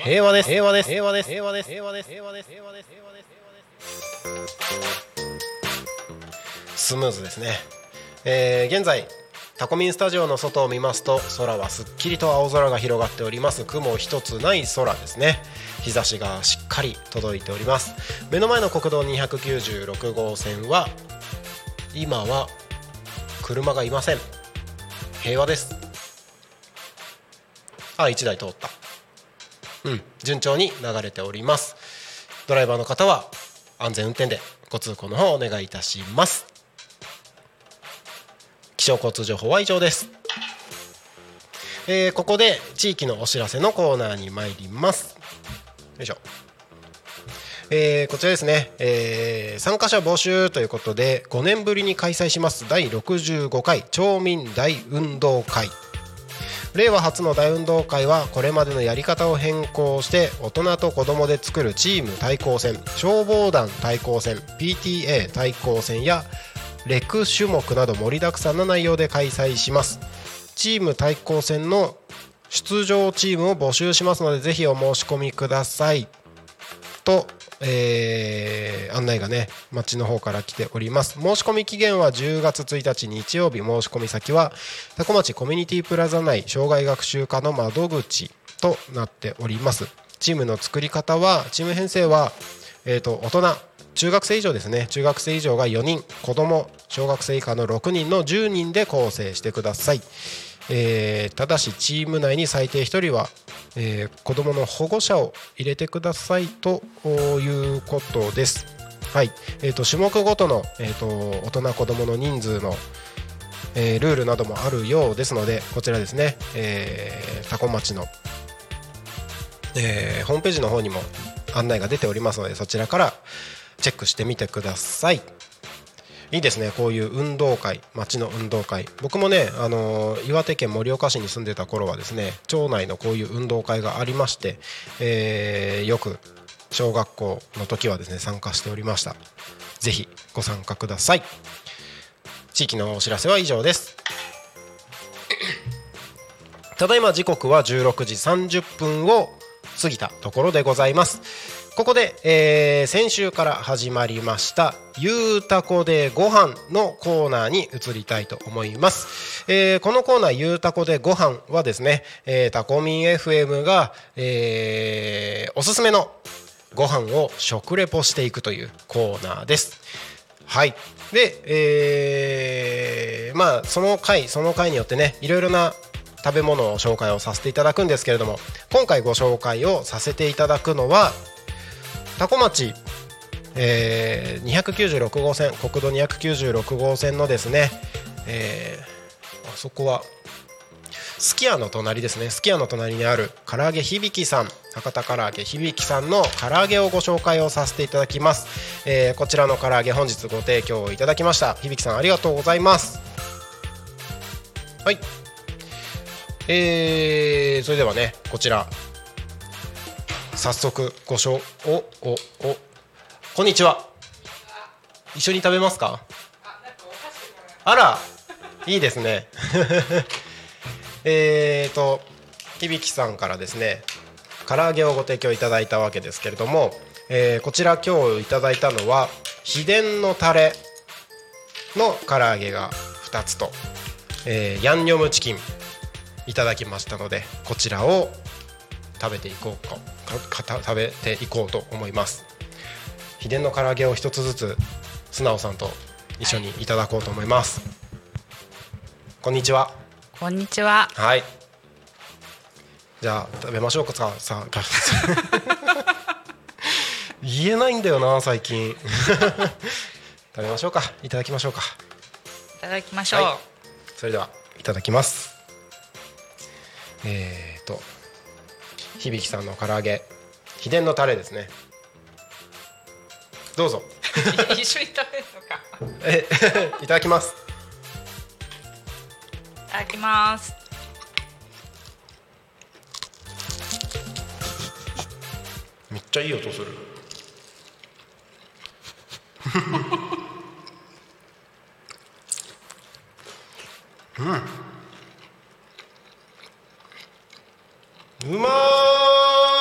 [SPEAKER 1] 平和です平和です平和です平和です平和です平和です平和です平和ですスムーズですね、えー現在タコミンスタジオの外を見ますと空はすっきりと青空が広がっております雲一つない空ですね日差しがしっかり届いております目の前の国道296号線は今は車がいません平和ですあ1台通ったうん順調に流れておりますドライバーの方は安全運転でご通行の方お願いいたします気象交通情報は以上です、えーここで地域のお知らせのコーナーに参りますよいしょえーこちらですね、えー参加者募集ということで5年ぶりに開催します第65回町民大運動会令和初の大運動会はこれまでのやり方を変更して大人と子どもで作るチーム対抗戦消防団対抗戦 PTA 対抗戦やレク種目など盛りだくさんな内容で開催しますチーム対抗戦の出場チームを募集しますのでぜひお申し込みくださいと、えー案内がね町の方から来ております申し込み期限は10月1日日曜日申し込み先はタコ町コミュニティプラザ内障害学習課の窓口となっておりますチームの作り方はチーム編成は、えー、と大人中学生以上ですね中学生以上が4人子供小学生以下の6人の10人で構成してください、えーただしチーム内に最低1人は、えー子供の保護者を入れてくださいということですはい、えー、と種目ごとの、えー、と大人子供の人数のえールールなどもあるようですのでこちらですね、えー、タコ町の、えーホームページの方にも案内が出ておりますのでそちらからチェックしてみてくださいいいですねこういう運動会町の運動会僕もね、あのー岩手県盛岡市に住んでた頃はですね町内のこういう運動会がありまして、えーよく小学校の時はですね参加しておりましたぜひご参加ください地域のお知らせは以上ですただいま時刻は16時30分を過ぎたところでございますここで、えー先週から始まりました「ゆうたこでご飯のコーナーに移りたいと思います、えーこのコーナー「ゆうたこでご飯はですね、えータコミン FM が、えーおすすめのご飯を食レポしていくというコーナーですはいで、えーまあその回その回によってねいろいろな食べ物を紹介をさせていただくんですけれども今回ご紹介をさせていただくのは多古町、えー、296号線国道296号線のですね、えーあそこはすき家の隣ですねすき家の隣にある唐揚げ響さん博多唐揚げ響さんの唐揚げをご紹介をさせていただきます、えーこちらの唐揚げ本日ご提供いただきました響さんありがとうございますはいえー、それではねこちら早速ご紹おおおこんにちは一緒に食べますかあらいいですねえーと響さんからですね唐揚げをご提供いただいたわけですけれども、えーこちら今日いただいたのは秘伝のタレの唐揚げが2つと、えーヤンニョムチキンいただきましたのでこちらを食べていこうかかか食べていこうと思います秘伝の唐揚げを一つずつ素直さんと一緒にいただこうと思います、こんにちは
[SPEAKER 6] こんにちは。
[SPEAKER 1] はいじゃあ食べましょうかささ 言えないんだよな最近食べましょうかいただきましょうか
[SPEAKER 6] いただきましょう。
[SPEAKER 1] はそれではいただきますえー、と響さんの唐揚げ秘伝のタレですねどうぞ
[SPEAKER 6] 一緒に食べるのか。
[SPEAKER 1] え いただきます
[SPEAKER 6] いただきます。
[SPEAKER 1] めっちゃいい音するうんうまー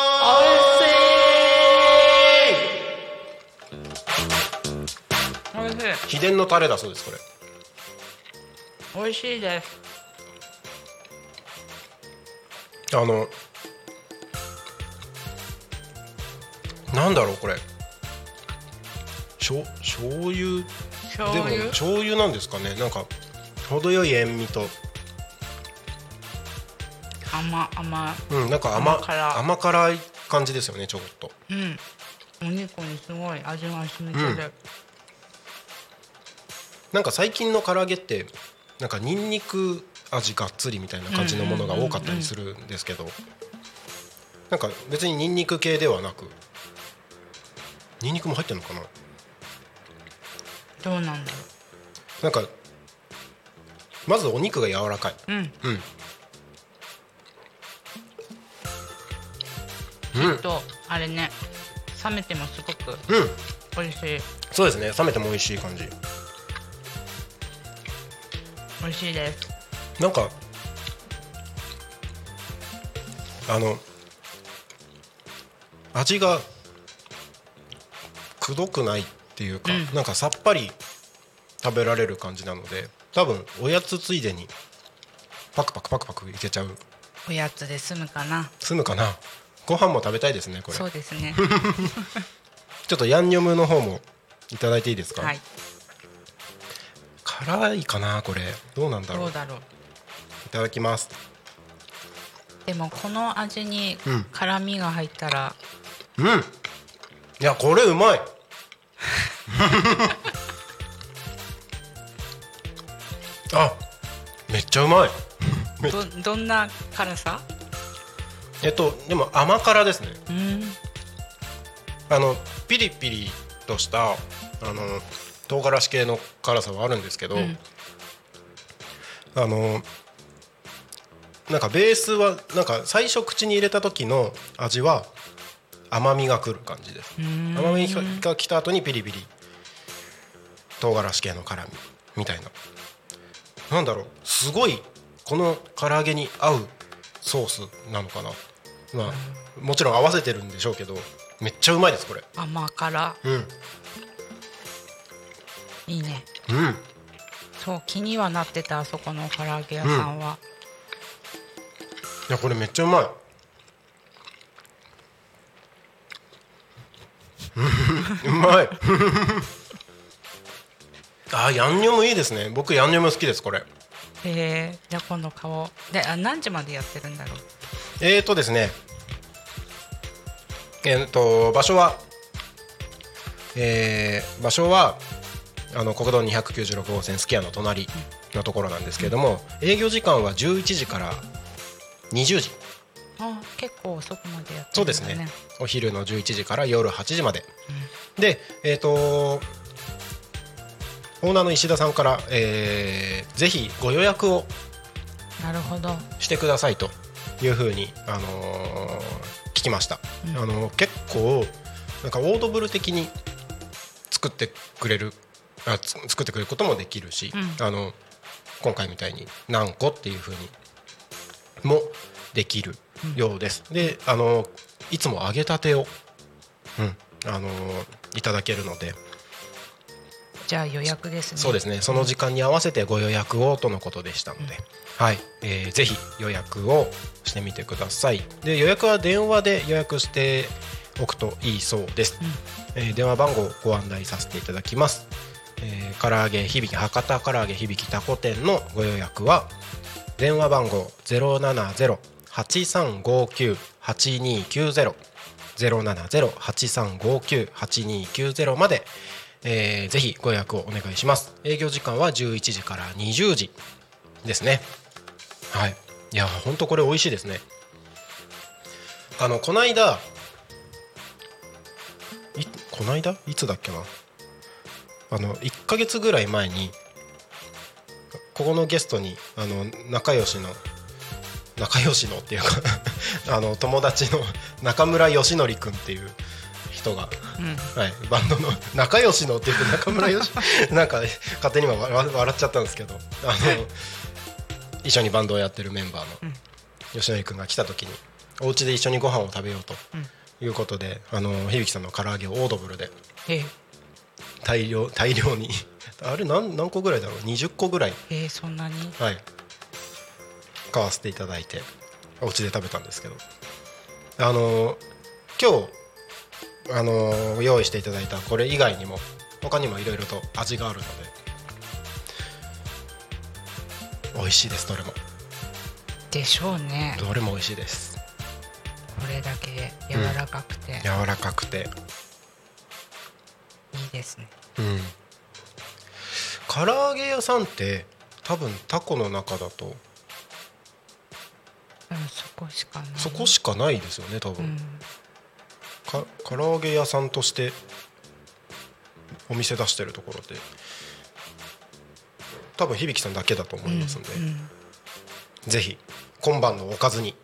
[SPEAKER 6] おいしい。
[SPEAKER 1] 秘伝のタレだそうですこれ
[SPEAKER 6] おいしいです。
[SPEAKER 1] あのなんだろうこれしょ醤油
[SPEAKER 6] 醤
[SPEAKER 1] で
[SPEAKER 6] 油。
[SPEAKER 1] も醤油なんですかねなんか程よい塩味と、
[SPEAKER 6] 甘甘
[SPEAKER 1] うん、なんか甘
[SPEAKER 6] 甘辛
[SPEAKER 1] 甘辛い感じですよねちょっと
[SPEAKER 6] い。うん。お肉にすごい味が染みてる。
[SPEAKER 1] なんか最近の唐揚げってなんかニンニク味がっつりみたいな感じのものが多かったりするんですけどなんか別にニンニク系ではなくニンニクも入ってるのかな
[SPEAKER 6] どうなんだろ
[SPEAKER 1] なんかまずお肉が柔らかい、
[SPEAKER 6] う。うん。
[SPEAKER 1] うん
[SPEAKER 6] あとあれね、冷めてもすごく
[SPEAKER 1] うん
[SPEAKER 6] おいしい。
[SPEAKER 1] そうですね冷めても美味しい感じ
[SPEAKER 6] おいしいです。
[SPEAKER 1] なんかあの味がくどくないっていうか、なんかさっぱり食べられる感じなので多分おやつついでにパクパクパクパクいけちゃう
[SPEAKER 6] おやつで済むかな。
[SPEAKER 1] 済むかなご飯も食べたいですねこれ
[SPEAKER 6] そうですね。
[SPEAKER 1] ちょっとヤンニョムの方もいただいていいですか、
[SPEAKER 6] はい
[SPEAKER 1] 辛いかなこれどうなんだ
[SPEAKER 6] ど
[SPEAKER 1] ろう
[SPEAKER 6] うだろう
[SPEAKER 1] いただきます
[SPEAKER 6] でもこの味に
[SPEAKER 1] うん
[SPEAKER 6] 辛みが入ったら、
[SPEAKER 1] うんいやこれうまいあめっちゃうまい
[SPEAKER 6] どどんな辛さ
[SPEAKER 1] えっとでも甘辛ですね
[SPEAKER 6] うん
[SPEAKER 1] あのピリピリとしたあの唐辛子系の辛さはあるんですけど、
[SPEAKER 6] ん
[SPEAKER 1] あのなんかベースはなんか最初口に入れた時の味は甘みがくる感じです甘みが来た後にピリピリ唐辛子系の辛みみたいななんだろうすごいこの唐揚げに合うソースなのかなまあもちろん合わせてるんでしょうけどめっちゃうまいですこれ
[SPEAKER 6] 甘辛
[SPEAKER 1] うんうん
[SPEAKER 6] いいねそう気にはなってたあそこの唐揚げ屋さんは、
[SPEAKER 1] いやこれめっちゃうまいうんうまいあーヤンニョムいいですね僕ヤンニョム好きですこれ
[SPEAKER 6] へえじゃあ今度買おうであ何時までやってるんだろう
[SPEAKER 1] えーとですね、えー、と場所は、えー場所はあの国道296号線すき家の隣のところなんですけれども、営業時間は11時から20時
[SPEAKER 6] あ結構遅くまでやってるんだ、ね、
[SPEAKER 1] そうですねお昼の11時から夜8時まで、でえっ、とオーナーの石田さんから、えーぜひご予約を
[SPEAKER 6] なるほど
[SPEAKER 1] してくださいというふうに、あのー聞きました、あのー結構なんかオードブル的に作ってくれるあつ作ってくれることもできるし、
[SPEAKER 6] うん
[SPEAKER 1] あの今回みたいに何個っていうふうにもできるようです、で、あのーいつも揚げたてを、うんあのーいただけるので
[SPEAKER 6] じゃあ予約ですね
[SPEAKER 1] そうですねその時間に合わせてご予約をとのことでしたので、はい、えーぜひ予約をしてみてくださいで予約は電話で予約しておくといいそうです、えー電話番号をご案内させていただきます、えー、唐揚げ響き博多唐揚げ響きタコ店のご予約は電話番号070-8359-8290 070-8359-8290まで、えーぜひご予約をお願いします営業時間は11時から20時ですねはいいやほんとこれ美味しいですねあのこないだいこないだいつだっけなあの1ヶ月ぐらい前にここのゲストにあの仲良しの仲良しのっていうか あの友達の中村義則君っていう人が、はい、バンドの仲良しのって言って中村義 なんか勝手に今笑笑っちゃったんですけどあの一緒にバンドをやってるメンバーの義則君が来た時にお家で一緒にご飯を食べようということで、あの響さんの唐揚げをオードブルで
[SPEAKER 6] え
[SPEAKER 1] 大量大量にあれ何何個ぐらいだろう20個ぐらい
[SPEAKER 6] えそんなに
[SPEAKER 1] はい買わせていただいてお家で食べたんですけどあのー今日あのー用意していただいたこれ以外にも他にもいろいろと味があるので美味しいですどれも
[SPEAKER 6] でしょうね
[SPEAKER 1] どれも美味しいです
[SPEAKER 6] これだけ柔らかくて
[SPEAKER 1] 柔らかくて
[SPEAKER 6] いいですね、
[SPEAKER 1] うん唐揚げ屋さんって多分タコの中だと
[SPEAKER 6] うん、そこしかない
[SPEAKER 1] そこしかないですよね多
[SPEAKER 6] う
[SPEAKER 1] 分、
[SPEAKER 6] ん
[SPEAKER 1] か唐揚げ屋さんとしてお店出してるところで多分響さんだけだと思いますんで、
[SPEAKER 6] うん
[SPEAKER 1] ぜひ今晩のおかずに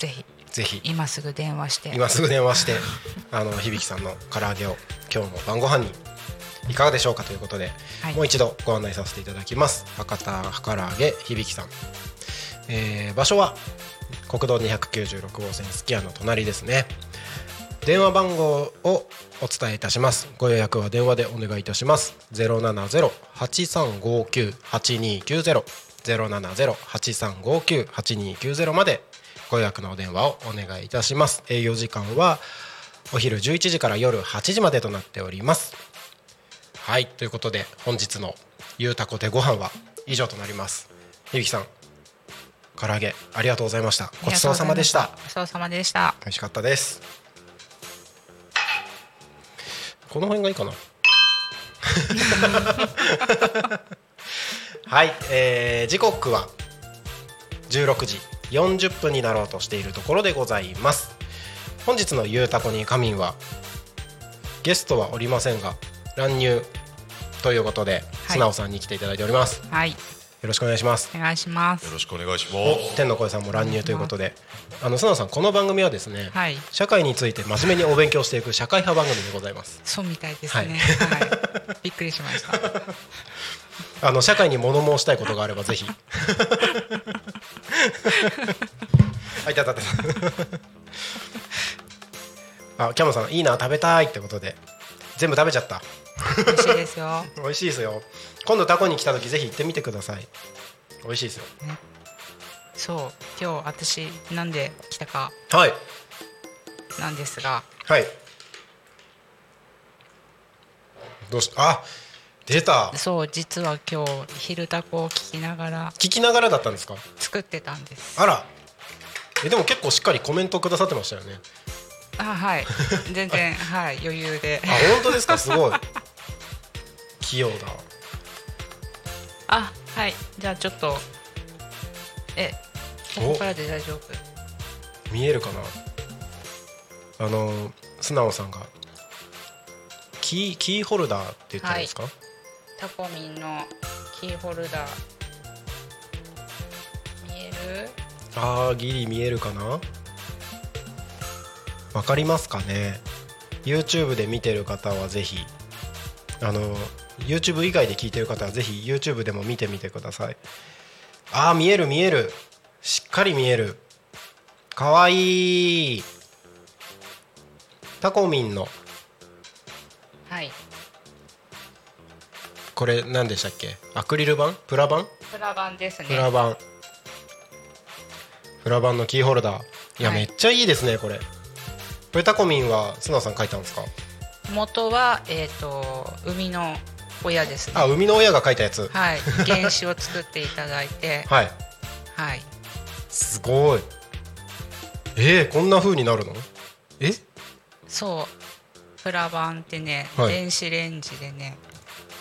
[SPEAKER 6] ぜひ
[SPEAKER 1] ぜひ
[SPEAKER 6] 今すぐ電話して
[SPEAKER 1] 今すぐ電話し てあの響さんの唐揚げを今日の晩ご飯にいかがでしょうかということで、
[SPEAKER 6] はい
[SPEAKER 1] もう一度ご案内させていただきます博多唐揚げ響さん、えー場所は国道296号線すき家の隣ですね電話番号をお伝えいたしますご予約は電話でお願いいたします070-8359-8290 070-8359-8290までご予約のお電話をお願いいたします営業時間はお昼11時から夜8時までとなっておりますはいということで本日のゆうたこでご飯は以上となりますゆうきさん唐揚げありがとうございましたごちそうさまでした
[SPEAKER 6] ごちそうさまでした
[SPEAKER 1] 美味しかったですこの辺がいいか なはい、えー時刻は16時40分になろうとしているところでございます本日の「ゆうたこに仮眠は」ゲストはおりませんが乱入ということで、
[SPEAKER 6] はい
[SPEAKER 1] 素直さんに来ていただいておりますよ
[SPEAKER 6] はい
[SPEAKER 1] ろしくお願いします
[SPEAKER 6] お願いします
[SPEAKER 5] ろしくお願いし
[SPEAKER 1] お
[SPEAKER 5] ます
[SPEAKER 1] 天の声さんも乱入ということであの素直さんこの番組はですね、
[SPEAKER 6] はい
[SPEAKER 1] 社会について真面目にお勉強していく社会派番組でございます
[SPEAKER 6] そうみたいですね
[SPEAKER 1] は
[SPEAKER 6] はい、びっくりしました
[SPEAKER 1] あの社会に物申したいことがあればぜひあいたたたあキャムさんいいな食べたいってことで全部食べちゃった
[SPEAKER 6] 美味しいですよ
[SPEAKER 1] 美味しいですよ今度タコに来た時ぜひ行ってみてください美味しいですよ
[SPEAKER 6] そう今日私なんで来たか
[SPEAKER 1] はい
[SPEAKER 6] なんですが
[SPEAKER 1] はいどうしあ出た
[SPEAKER 6] そう実は今日昼タコを聞きながら
[SPEAKER 1] 聞きながらだったんですか
[SPEAKER 6] 作ってたんです
[SPEAKER 1] あらえでも結構しっかりコメントくださってましたよね
[SPEAKER 6] あはい全 然はい余裕で
[SPEAKER 1] あ 本当ですかすごい器用だ
[SPEAKER 6] あはいじゃあちょっとえ
[SPEAKER 1] お
[SPEAKER 6] ここからで大丈夫
[SPEAKER 1] 見えるかなあの素直さんがキーキーホルダーって言ったんですか、
[SPEAKER 6] タコミンのキーホルダー見える
[SPEAKER 1] あーギリ見えるかなわかりますかね YouTube で見てる方はぜひあの YouTube 以外で聞いてる方はぜひ YouTube でも見てみてくださいあー見える見えるしっかり見えるかわいいタコミンの
[SPEAKER 6] はい
[SPEAKER 1] これ何でしたっけアクリル板プラ板
[SPEAKER 6] プラ版です
[SPEAKER 1] プ
[SPEAKER 6] ね
[SPEAKER 1] ラ板プラ板のキーホルダーいや、
[SPEAKER 6] はい
[SPEAKER 1] めっちゃいいですねこれこれタコミンは須野さん書いたんですか
[SPEAKER 6] 元はえっ、と海の親ですね
[SPEAKER 1] あ
[SPEAKER 6] は
[SPEAKER 1] 生みの親が書いたやつはい、
[SPEAKER 6] い原子を作っていただいてはい
[SPEAKER 1] すごいえー、こんな風になるのえ
[SPEAKER 6] そうプラ版ってね、
[SPEAKER 1] はい
[SPEAKER 6] 電子レンジでね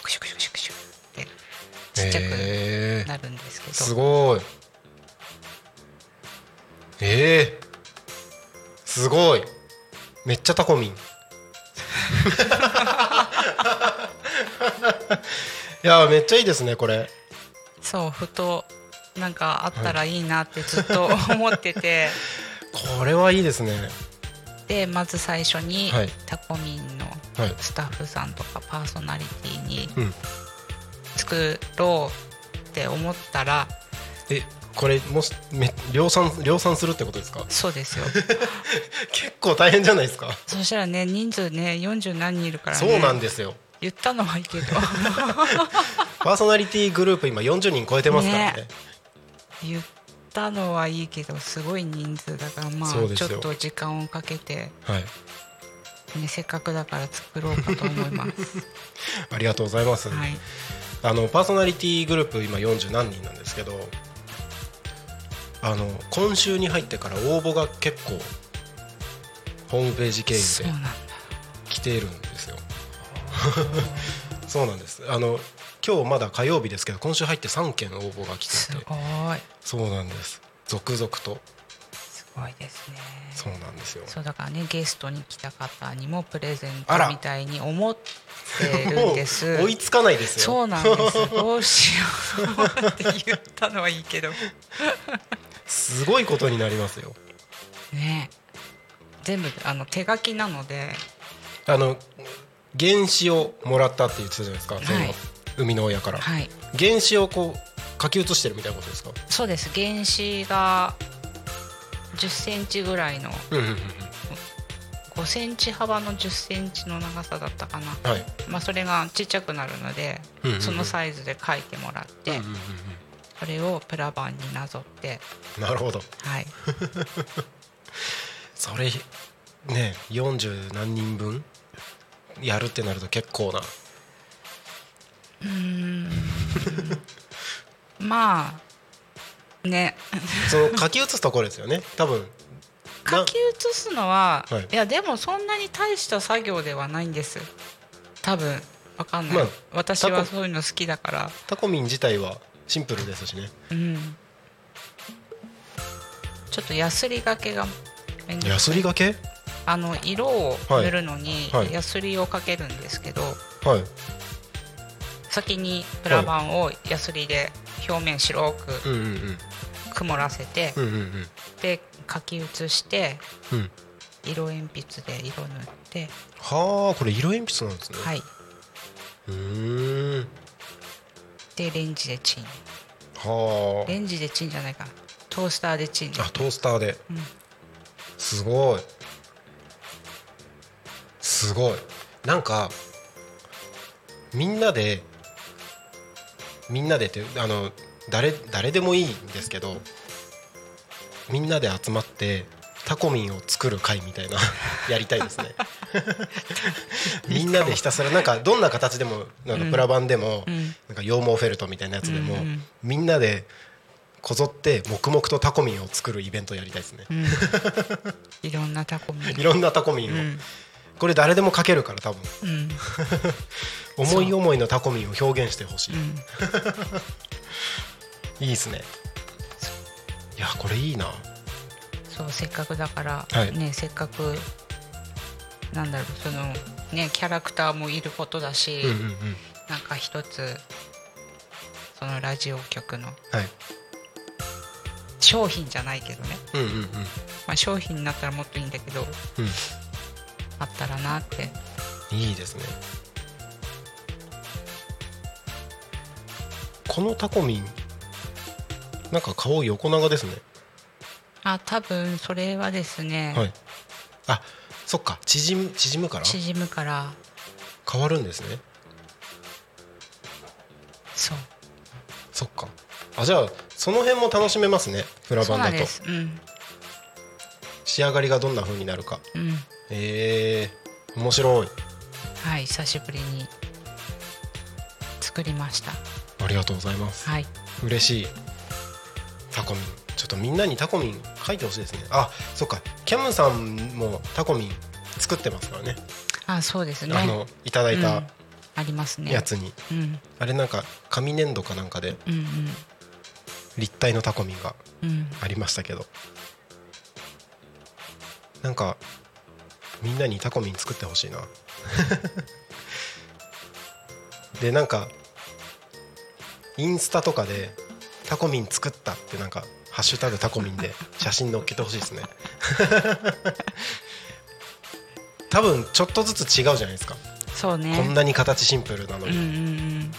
[SPEAKER 6] クシュクシュクシュクシュってちっちゃく
[SPEAKER 1] えー、
[SPEAKER 6] なるんですけど、
[SPEAKER 1] すごいえー、すごいめっちゃタコ ミンいやめっちゃいいですねこれ
[SPEAKER 6] そうふとなんかあったらいいなってずっと思っ てて
[SPEAKER 1] これはいいですね
[SPEAKER 6] でまず最初に、
[SPEAKER 1] はい
[SPEAKER 6] タコミンの
[SPEAKER 1] はい
[SPEAKER 6] スタッフさんとかパーソナリティに
[SPEAKER 1] うん
[SPEAKER 6] 作ろうって思ったら
[SPEAKER 1] えこれもしめ量産量産するってことですか
[SPEAKER 6] そ うですよ
[SPEAKER 1] 結構大変じゃないですか、
[SPEAKER 6] そしたらね人数ね40何人いるからね
[SPEAKER 1] そうなんですよ
[SPEAKER 6] 言ったのはいいけど
[SPEAKER 1] パーソナリティグループ今40人超えてますからね
[SPEAKER 6] ね言ったのはいいけどすごい人数だからま
[SPEAKER 1] そうで
[SPEAKER 6] あ
[SPEAKER 1] す
[SPEAKER 6] ちょ
[SPEAKER 1] よ
[SPEAKER 6] っと時間をかけて、
[SPEAKER 1] はい
[SPEAKER 6] ね、せっかくだから作ろうかと思います。
[SPEAKER 1] ありがとうございます、
[SPEAKER 6] はい
[SPEAKER 1] あのパーソナリティグループ今40何人なんですけどあの今週に入ってから応募が結構ホームページ経
[SPEAKER 6] そう
[SPEAKER 1] 由
[SPEAKER 6] な
[SPEAKER 1] で
[SPEAKER 6] んだ
[SPEAKER 1] 来ているんですよ そうなんですあの今日まだ火曜日ですけど今週入って3件応募が来
[SPEAKER 6] す
[SPEAKER 1] ていて
[SPEAKER 6] ごい
[SPEAKER 1] そうなんです続々と
[SPEAKER 6] すごいですね
[SPEAKER 1] そうなんですよ
[SPEAKER 6] そうだからねゲストに来た方にもプレゼン
[SPEAKER 1] あら
[SPEAKER 6] トみたいに思ってるんで す
[SPEAKER 1] もう追いつかないですよ
[SPEAKER 6] そうなんですどうしようって言ったのはいいけど
[SPEAKER 1] すごいことになりますよ
[SPEAKER 6] ね全部あの手書きなので
[SPEAKER 1] あの原子をもらったって言ってたじゃないですか、その
[SPEAKER 6] はい
[SPEAKER 1] 生みの親から、
[SPEAKER 6] はい
[SPEAKER 1] 原子をこう書き写してるみたいなことですか
[SPEAKER 6] そうです原子が10センチぐらいの
[SPEAKER 1] うんうんうん
[SPEAKER 6] 5センチ幅の10センチの長さだったかな、
[SPEAKER 1] はい
[SPEAKER 6] まあ、それがちっちゃくなるので、
[SPEAKER 1] うんうんうん
[SPEAKER 6] そのサイズで書いてもらって、それをプラ板になぞって
[SPEAKER 1] なるほど
[SPEAKER 6] はい
[SPEAKER 1] それね40何人分やるってなると結構な
[SPEAKER 6] うーんまあね
[SPEAKER 1] その書き写すところですよね多分な
[SPEAKER 6] 書き写すのは、
[SPEAKER 1] はい
[SPEAKER 6] い、やでもそんなに大した作業ではないんです多分わかんない、
[SPEAKER 1] まあ
[SPEAKER 6] 私
[SPEAKER 1] 多
[SPEAKER 6] は
[SPEAKER 1] 分
[SPEAKER 6] そういうの好きだから
[SPEAKER 1] タコミン自体はシンプルですしね
[SPEAKER 6] うんちょっとヤスリがけがめんどくさい
[SPEAKER 1] ヤスリがけ
[SPEAKER 6] あの色を塗るのに
[SPEAKER 1] はいはい
[SPEAKER 6] ヤスリをかけるんですけど、
[SPEAKER 1] はい
[SPEAKER 6] 先にプラ板をヤスリで表面白
[SPEAKER 1] う
[SPEAKER 6] く
[SPEAKER 1] んうんうん
[SPEAKER 6] 曇らせて、
[SPEAKER 1] うんうん
[SPEAKER 6] で書き写して
[SPEAKER 1] うんうん
[SPEAKER 6] 色鉛筆で色塗って
[SPEAKER 1] はあこれ色鉛筆なんですね、
[SPEAKER 6] はいう
[SPEAKER 1] ーん
[SPEAKER 6] でレンジでチン
[SPEAKER 1] は
[SPEAKER 6] レンジでチンじゃないかトースターでチン
[SPEAKER 1] ああトースターで、
[SPEAKER 6] ん
[SPEAKER 1] すごいすごいなんかみんなでみんなでってあの誰誰でもいいんですけどみんなで集まってタコミンを作る会みたいな やりたいです ねみんなでひたすらなんかどんな形でもなんかプラ板でも、
[SPEAKER 6] うん
[SPEAKER 1] なんか羊毛フェルトみたいなやつでも、
[SPEAKER 6] うんうん
[SPEAKER 1] みんなでこぞって黙々とタコミンを作るイベントやりたいですね、
[SPEAKER 6] うん、いろんなタコミ
[SPEAKER 1] いろんなタコミンを、
[SPEAKER 6] うん
[SPEAKER 1] これ誰でも書けるから多分
[SPEAKER 6] うん
[SPEAKER 1] 思い思いのタコミンを表現してほしい、
[SPEAKER 6] うん
[SPEAKER 1] いいですねいやこれいいな
[SPEAKER 6] そうせっかくだから、
[SPEAKER 1] はい
[SPEAKER 6] ねせっかくなんだろうそのねキャラクターもいることだし、
[SPEAKER 1] うんうんうん
[SPEAKER 6] なんか一つそのラジオ局の
[SPEAKER 1] はい
[SPEAKER 6] 商品じゃないけどね、
[SPEAKER 1] うんうんうんうん
[SPEAKER 6] まあ、商品になったらもっといいんだけどあったらなって
[SPEAKER 1] いいですねこのタコミンなんか顔横長ですね
[SPEAKER 6] あ多分それはですね、
[SPEAKER 1] はいあそっか縮む縮むから
[SPEAKER 6] 縮むから
[SPEAKER 1] 変わるんですね
[SPEAKER 6] そう
[SPEAKER 1] そっかあじゃあその辺も楽しめますねフラ
[SPEAKER 6] そ
[SPEAKER 1] バ
[SPEAKER 6] う
[SPEAKER 1] ン
[SPEAKER 6] な
[SPEAKER 1] だ
[SPEAKER 6] んで
[SPEAKER 1] と
[SPEAKER 6] すうん
[SPEAKER 1] 仕上がりがどんな風になるか
[SPEAKER 6] うん
[SPEAKER 1] えー、面白い
[SPEAKER 6] はい久しぶりに作りました
[SPEAKER 1] ありがとうございます
[SPEAKER 6] はい
[SPEAKER 1] 嬉しいタコミンちょっとみんなにタコミン書いてほしいですねあそっかキャムさんもタコミン作ってますからね
[SPEAKER 6] あそうですね
[SPEAKER 1] あのいただい
[SPEAKER 6] うん
[SPEAKER 1] た
[SPEAKER 6] ありますね
[SPEAKER 1] やつに、
[SPEAKER 6] うん
[SPEAKER 1] あれなんか紙粘土かなんかで
[SPEAKER 6] うん
[SPEAKER 1] 立体のタコミンが
[SPEAKER 6] うんうん
[SPEAKER 1] ありましたけどなんかみんなにタコミン作ってほしい なでなんかインスタとかで「タコミン作った」ってなんか「ハッシュタグタコミン」で写真載っけてほしいです ね多分ちょっとずつ違うじゃないですか
[SPEAKER 6] そうね
[SPEAKER 1] こんなに形シンプルなの
[SPEAKER 6] うんう
[SPEAKER 1] に、
[SPEAKER 6] ん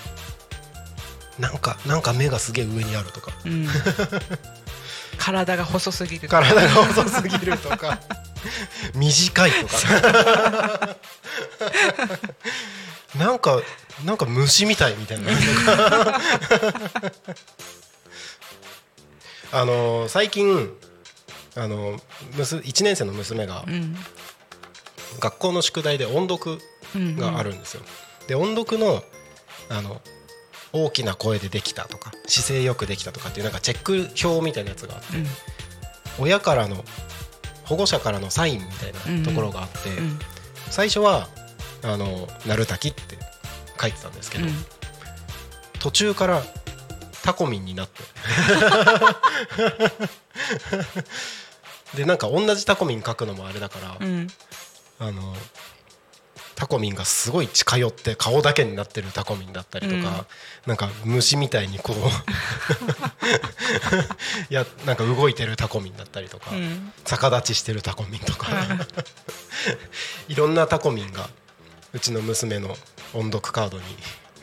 [SPEAKER 1] なんかなんか目がすげえ上にあるとか
[SPEAKER 6] うんうん体が細すぎる
[SPEAKER 1] 体が細すぎると か短いとか なんかなんか虫みたいみたい なあの最近あの1年生の娘が
[SPEAKER 6] うん
[SPEAKER 1] 学校の宿題で音読
[SPEAKER 6] うん
[SPEAKER 1] があるんですよ。で音読のあの大きな声でできたとか姿勢よくできたとかっていうなんかチェック表みたいなやつがあって
[SPEAKER 6] うん
[SPEAKER 1] 親からの保護者からのサインみたいなところがあって、
[SPEAKER 6] うん
[SPEAKER 1] 最初は「あのなるたき」って書いてたんですけ
[SPEAKER 6] う
[SPEAKER 1] ど、
[SPEAKER 6] ん
[SPEAKER 1] 途中からタコミンになって でなんか同じタコミン書くのもあれだから、
[SPEAKER 6] うん
[SPEAKER 1] あのタコミンがすごい近寄って顔だけになってるタコミンだったりとか、なんか虫みたいにこう いやなんか動いてるタコミンだったりとか、
[SPEAKER 6] うん
[SPEAKER 1] 逆立ちしてるタコミンと かいろんなタコミンがうちの娘の音読カードに、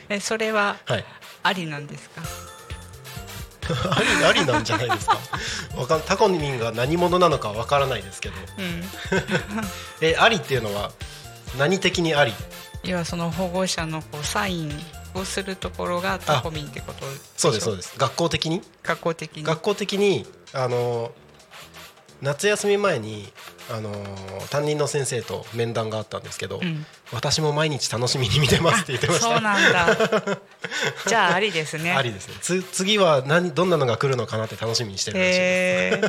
[SPEAKER 6] えそれは
[SPEAKER 1] はい、
[SPEAKER 6] ありなんですか
[SPEAKER 1] ありありなんじゃないですかわかんタコミンが何者なのかわからないですけど
[SPEAKER 6] うん
[SPEAKER 1] えありっていうのは何的にあり
[SPEAKER 6] 要はその保護者のこうサインをするところがタコミンってことでしょ
[SPEAKER 1] そうですそうです学校的に
[SPEAKER 6] 学校的に
[SPEAKER 1] 学校的にあの夏休み前にあの担任の先生と面談があったんですけど、
[SPEAKER 6] うん
[SPEAKER 1] 私も毎日楽しみに見てますって言ってました
[SPEAKER 6] そうなんだじゃあありですね
[SPEAKER 1] ありですねつ次は何どんなのが来るのかなって楽しみにしてるらしいです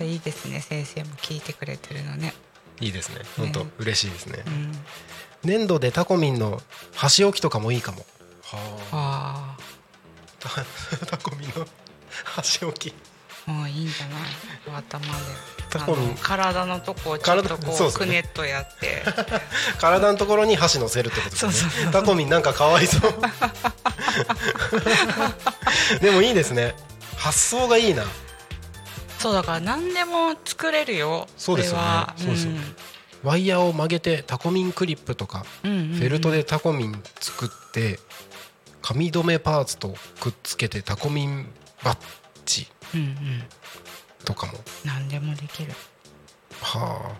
[SPEAKER 6] へえいいですね先生も聞いてくれてるのね
[SPEAKER 1] いいですね本当、
[SPEAKER 6] ね
[SPEAKER 1] 嬉しいですね
[SPEAKER 6] うん
[SPEAKER 1] 粘土でタコミンの箸置きとかもいいかも
[SPEAKER 6] あ
[SPEAKER 1] タ タコミンの箸置き
[SPEAKER 6] あもういいんじゃない頭で
[SPEAKER 1] タコミン
[SPEAKER 6] あの体のとこをちょっと
[SPEAKER 1] 体
[SPEAKER 6] こ
[SPEAKER 1] そうで
[SPEAKER 6] う
[SPEAKER 1] すね
[SPEAKER 6] くねっとやって
[SPEAKER 1] 体のところに箸乗せるってことですね
[SPEAKER 6] そうそう
[SPEAKER 1] タコミンなんかかわいそう でもいいですね発想がいいな
[SPEAKER 6] そうだから何でも作れるよ
[SPEAKER 1] そうですよね
[SPEAKER 6] これは
[SPEAKER 1] そうですよねワイヤーを曲げてタコミンクリップとか
[SPEAKER 6] うんうんうん
[SPEAKER 1] フェルトでタコミン作って紙留めパーツとくっつけてタコミンバッジ
[SPEAKER 6] うんうん
[SPEAKER 1] とかも
[SPEAKER 6] 何でもできる
[SPEAKER 1] はあ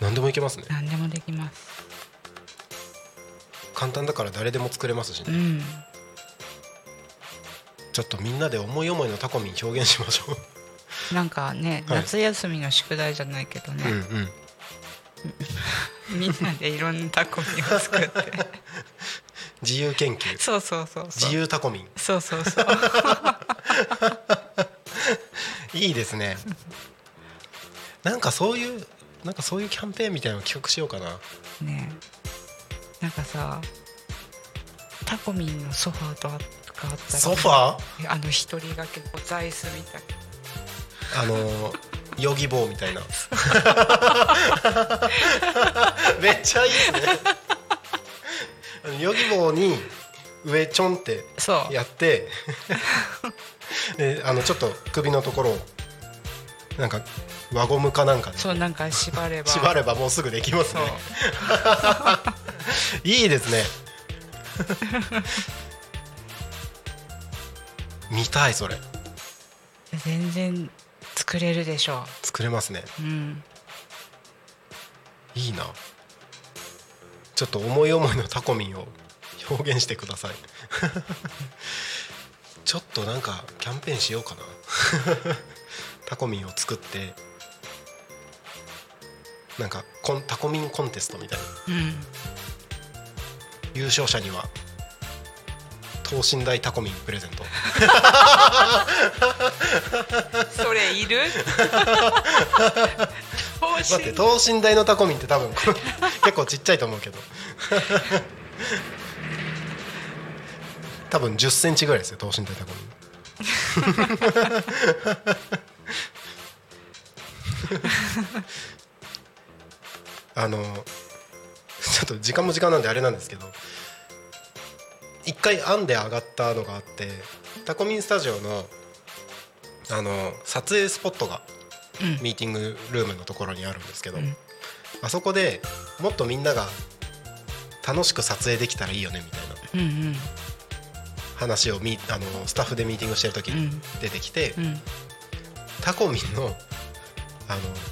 [SPEAKER 1] 何でもいけますね
[SPEAKER 6] 何でもできます
[SPEAKER 1] 簡単だから誰でも作れますし
[SPEAKER 6] う
[SPEAKER 1] ね
[SPEAKER 6] ん
[SPEAKER 1] ちょっとみんなで思い思いのタコミン表現しましょう
[SPEAKER 6] なんかね、
[SPEAKER 1] はい
[SPEAKER 6] 夏休みの宿題じゃないけ どね、
[SPEAKER 1] うんうん
[SPEAKER 6] みんなでいろんなタコミを作って
[SPEAKER 1] 自由研究
[SPEAKER 6] そうそうそうそう
[SPEAKER 1] 自由タコミン
[SPEAKER 6] そうそうそう
[SPEAKER 1] いいですねなんかそういうなんかそういうキャンペーンみたいなの企画しようかな
[SPEAKER 6] ねえなんかさタコミンのソファーとかあったら
[SPEAKER 1] ソファー
[SPEAKER 6] あの一人掛けの座椅子みたい
[SPEAKER 1] あのーヨギ棒みたいなめっちゃいいですねあのヨギ棒に上ちょんって
[SPEAKER 6] そう
[SPEAKER 1] やってであのちょっと首のところをなんか輪ゴムかなんかで
[SPEAKER 6] そうなんか縛れば
[SPEAKER 1] 縛ればもうすぐできます
[SPEAKER 6] そう
[SPEAKER 1] ねいいですね見たいそれ
[SPEAKER 6] 全然作れるでしょ
[SPEAKER 1] 作れますね
[SPEAKER 6] う、うん、
[SPEAKER 1] いいなちょっと思い思いのタコミンを表現してください ちょっとなんかキャンペーンしようかな タコミンを作ってなんかコンタコミンコンテストみたいな
[SPEAKER 6] うん、
[SPEAKER 1] 優勝者には等身大タコミンプレゼント
[SPEAKER 6] それいる等身
[SPEAKER 1] 待って等身大のタコミンって多分この結構ちっちゃいと思うけど多分1 0ンチぐらいですよ等身大タコミンあのちょっと時間も時間なんであれなんですけど一回編んで上がったのがあってタコミンスタジオのあの撮影スポットが
[SPEAKER 6] うん
[SPEAKER 1] ミーティングルームのところにあるんですけど、
[SPEAKER 6] うん
[SPEAKER 1] あそこでもっとみんなが楽しく撮影できたらいいよねみたいな
[SPEAKER 6] うん
[SPEAKER 1] 話をみあのスタッフでミーティングしてる時に
[SPEAKER 6] うん
[SPEAKER 1] 出てきて、
[SPEAKER 6] うんうん
[SPEAKER 1] タコミンのあの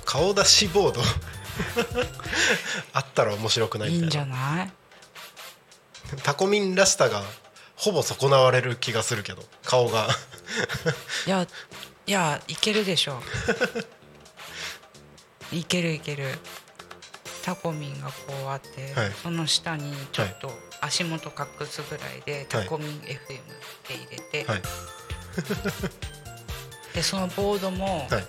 [SPEAKER 1] 顔出しボード あったら面白くないみ
[SPEAKER 6] いい
[SPEAKER 1] たい
[SPEAKER 6] ん
[SPEAKER 1] な
[SPEAKER 6] じゃない
[SPEAKER 1] タコミンらしさがほぼ損なわれる気がするけど顔が
[SPEAKER 6] いやいやいけるでしょ いけるいけるタコミンがこうあって、
[SPEAKER 1] はい
[SPEAKER 6] その下にちょっと足元隠すぐらいで、タコミン FM って入れて、
[SPEAKER 1] はい
[SPEAKER 6] でそのボードも、
[SPEAKER 1] はい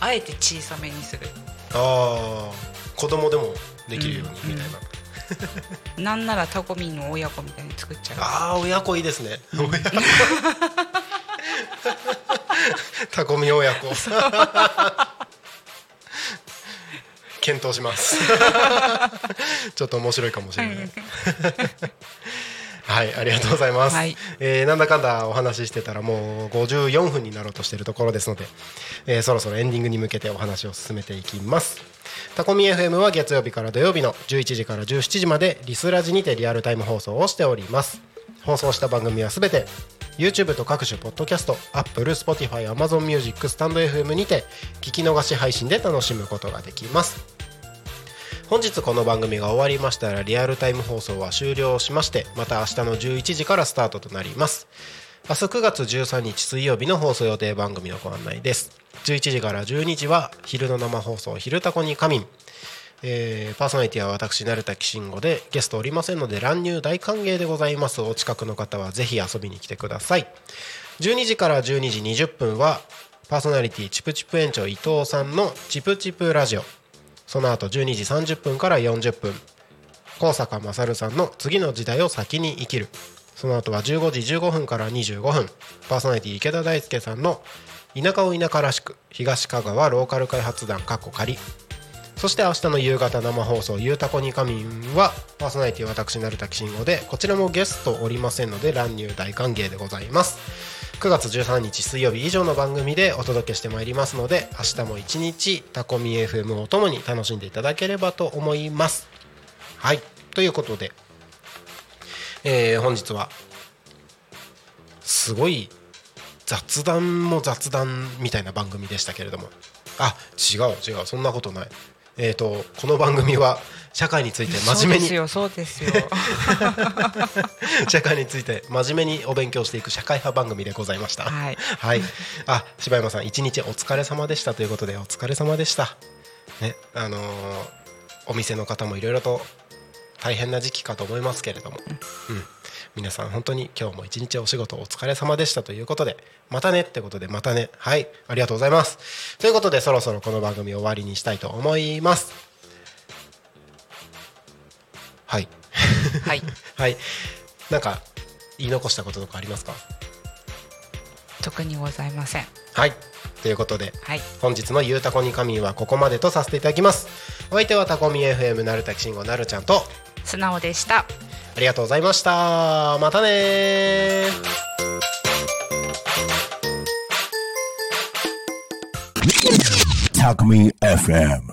[SPEAKER 6] あえて小さめにする
[SPEAKER 1] あー子供でもできるようにみたいな、
[SPEAKER 6] なんならタコミンの親子みたいに作っちゃう
[SPEAKER 1] ああ親子いいですね。親子 タコミ親 子。検討します。 ちょっと面白いかもしれない。 はい、ありがとうございます。
[SPEAKER 6] はい
[SPEAKER 1] えーなんだかんだお話ししてたらもう54分になろうとしているところですので、えーそろそろエンディングに向けてお話を進めていきます。タコミ FM は月曜日から土曜日の11時から17時までリスラジにてリアルタイム放送をしております。放送した番組はすべて YouTube と各種ポッドキャスト、Apple、Spotify、Amazon Music、スタンド FM にて聞き逃し配信で楽しむことができます。本日この番組が終わりましたらリアルタイム放送は終了しましてまた明日の11時からスタートとなります明日9月13日水曜日の放送予定番組のご案内です11時から12時は昼の生放送「昼タコに仮眠」えーパーソナリティは私成田紀信吾でゲストおりませんので乱入大歓迎でございますお近くの方はぜひ遊びに来てください12時から12時20分はパーソナリティチプチプ園長伊藤さんの「チプチプラジオ」その後12時30分から40分高坂勝さんの「次の時代を先に生きる」その後は15時15分から25分パーソナリティ池田大輔さんの「田舎を田舎らしく東香川ローカル開発団」かっこ仮そして明日の夕方生放送「ゆうたこにかみん」はパーソナリティ私成田慎吾でこちらもゲストおりませんので乱入大歓迎でございます9月13日水曜日以上の番組でお届けしてまいりますので明日も一日タコミ FM をともに楽しんでいただければと思いますはいということで、えー本日はすごい雑談も雑談みたいな番組でしたけれどもあ違う違うそんなことないえっ、とこの番組は社会について真面目
[SPEAKER 6] そうです
[SPEAKER 1] に
[SPEAKER 6] よそうで すよ
[SPEAKER 1] 社会について真面目にお勉強していく社会派番組でございました
[SPEAKER 6] はい
[SPEAKER 1] はい、あ柴山さん一日お疲れ様でしたということでお疲れ様でしたねあのーお店の方もいろいろと大変な時期かと思いますけれども、うん、皆さん本当に今日も一日お仕事お疲れ様でしたということでまたねってことでまたねはいありがとうございますということでそろそろこの番組終わりにしたいと思いますはい
[SPEAKER 6] はい
[SPEAKER 1] はいなんか言い残したこととかありますか
[SPEAKER 6] 特にございません
[SPEAKER 1] はいということで
[SPEAKER 6] はい
[SPEAKER 1] 本日の「ゆうたこに神はここまでとさせていただきますお相手はタコミ FM なるたきしんごなるちゃんと
[SPEAKER 6] 素直でした
[SPEAKER 1] ありがとうございましたまたねー
[SPEAKER 4] Talk Me FM.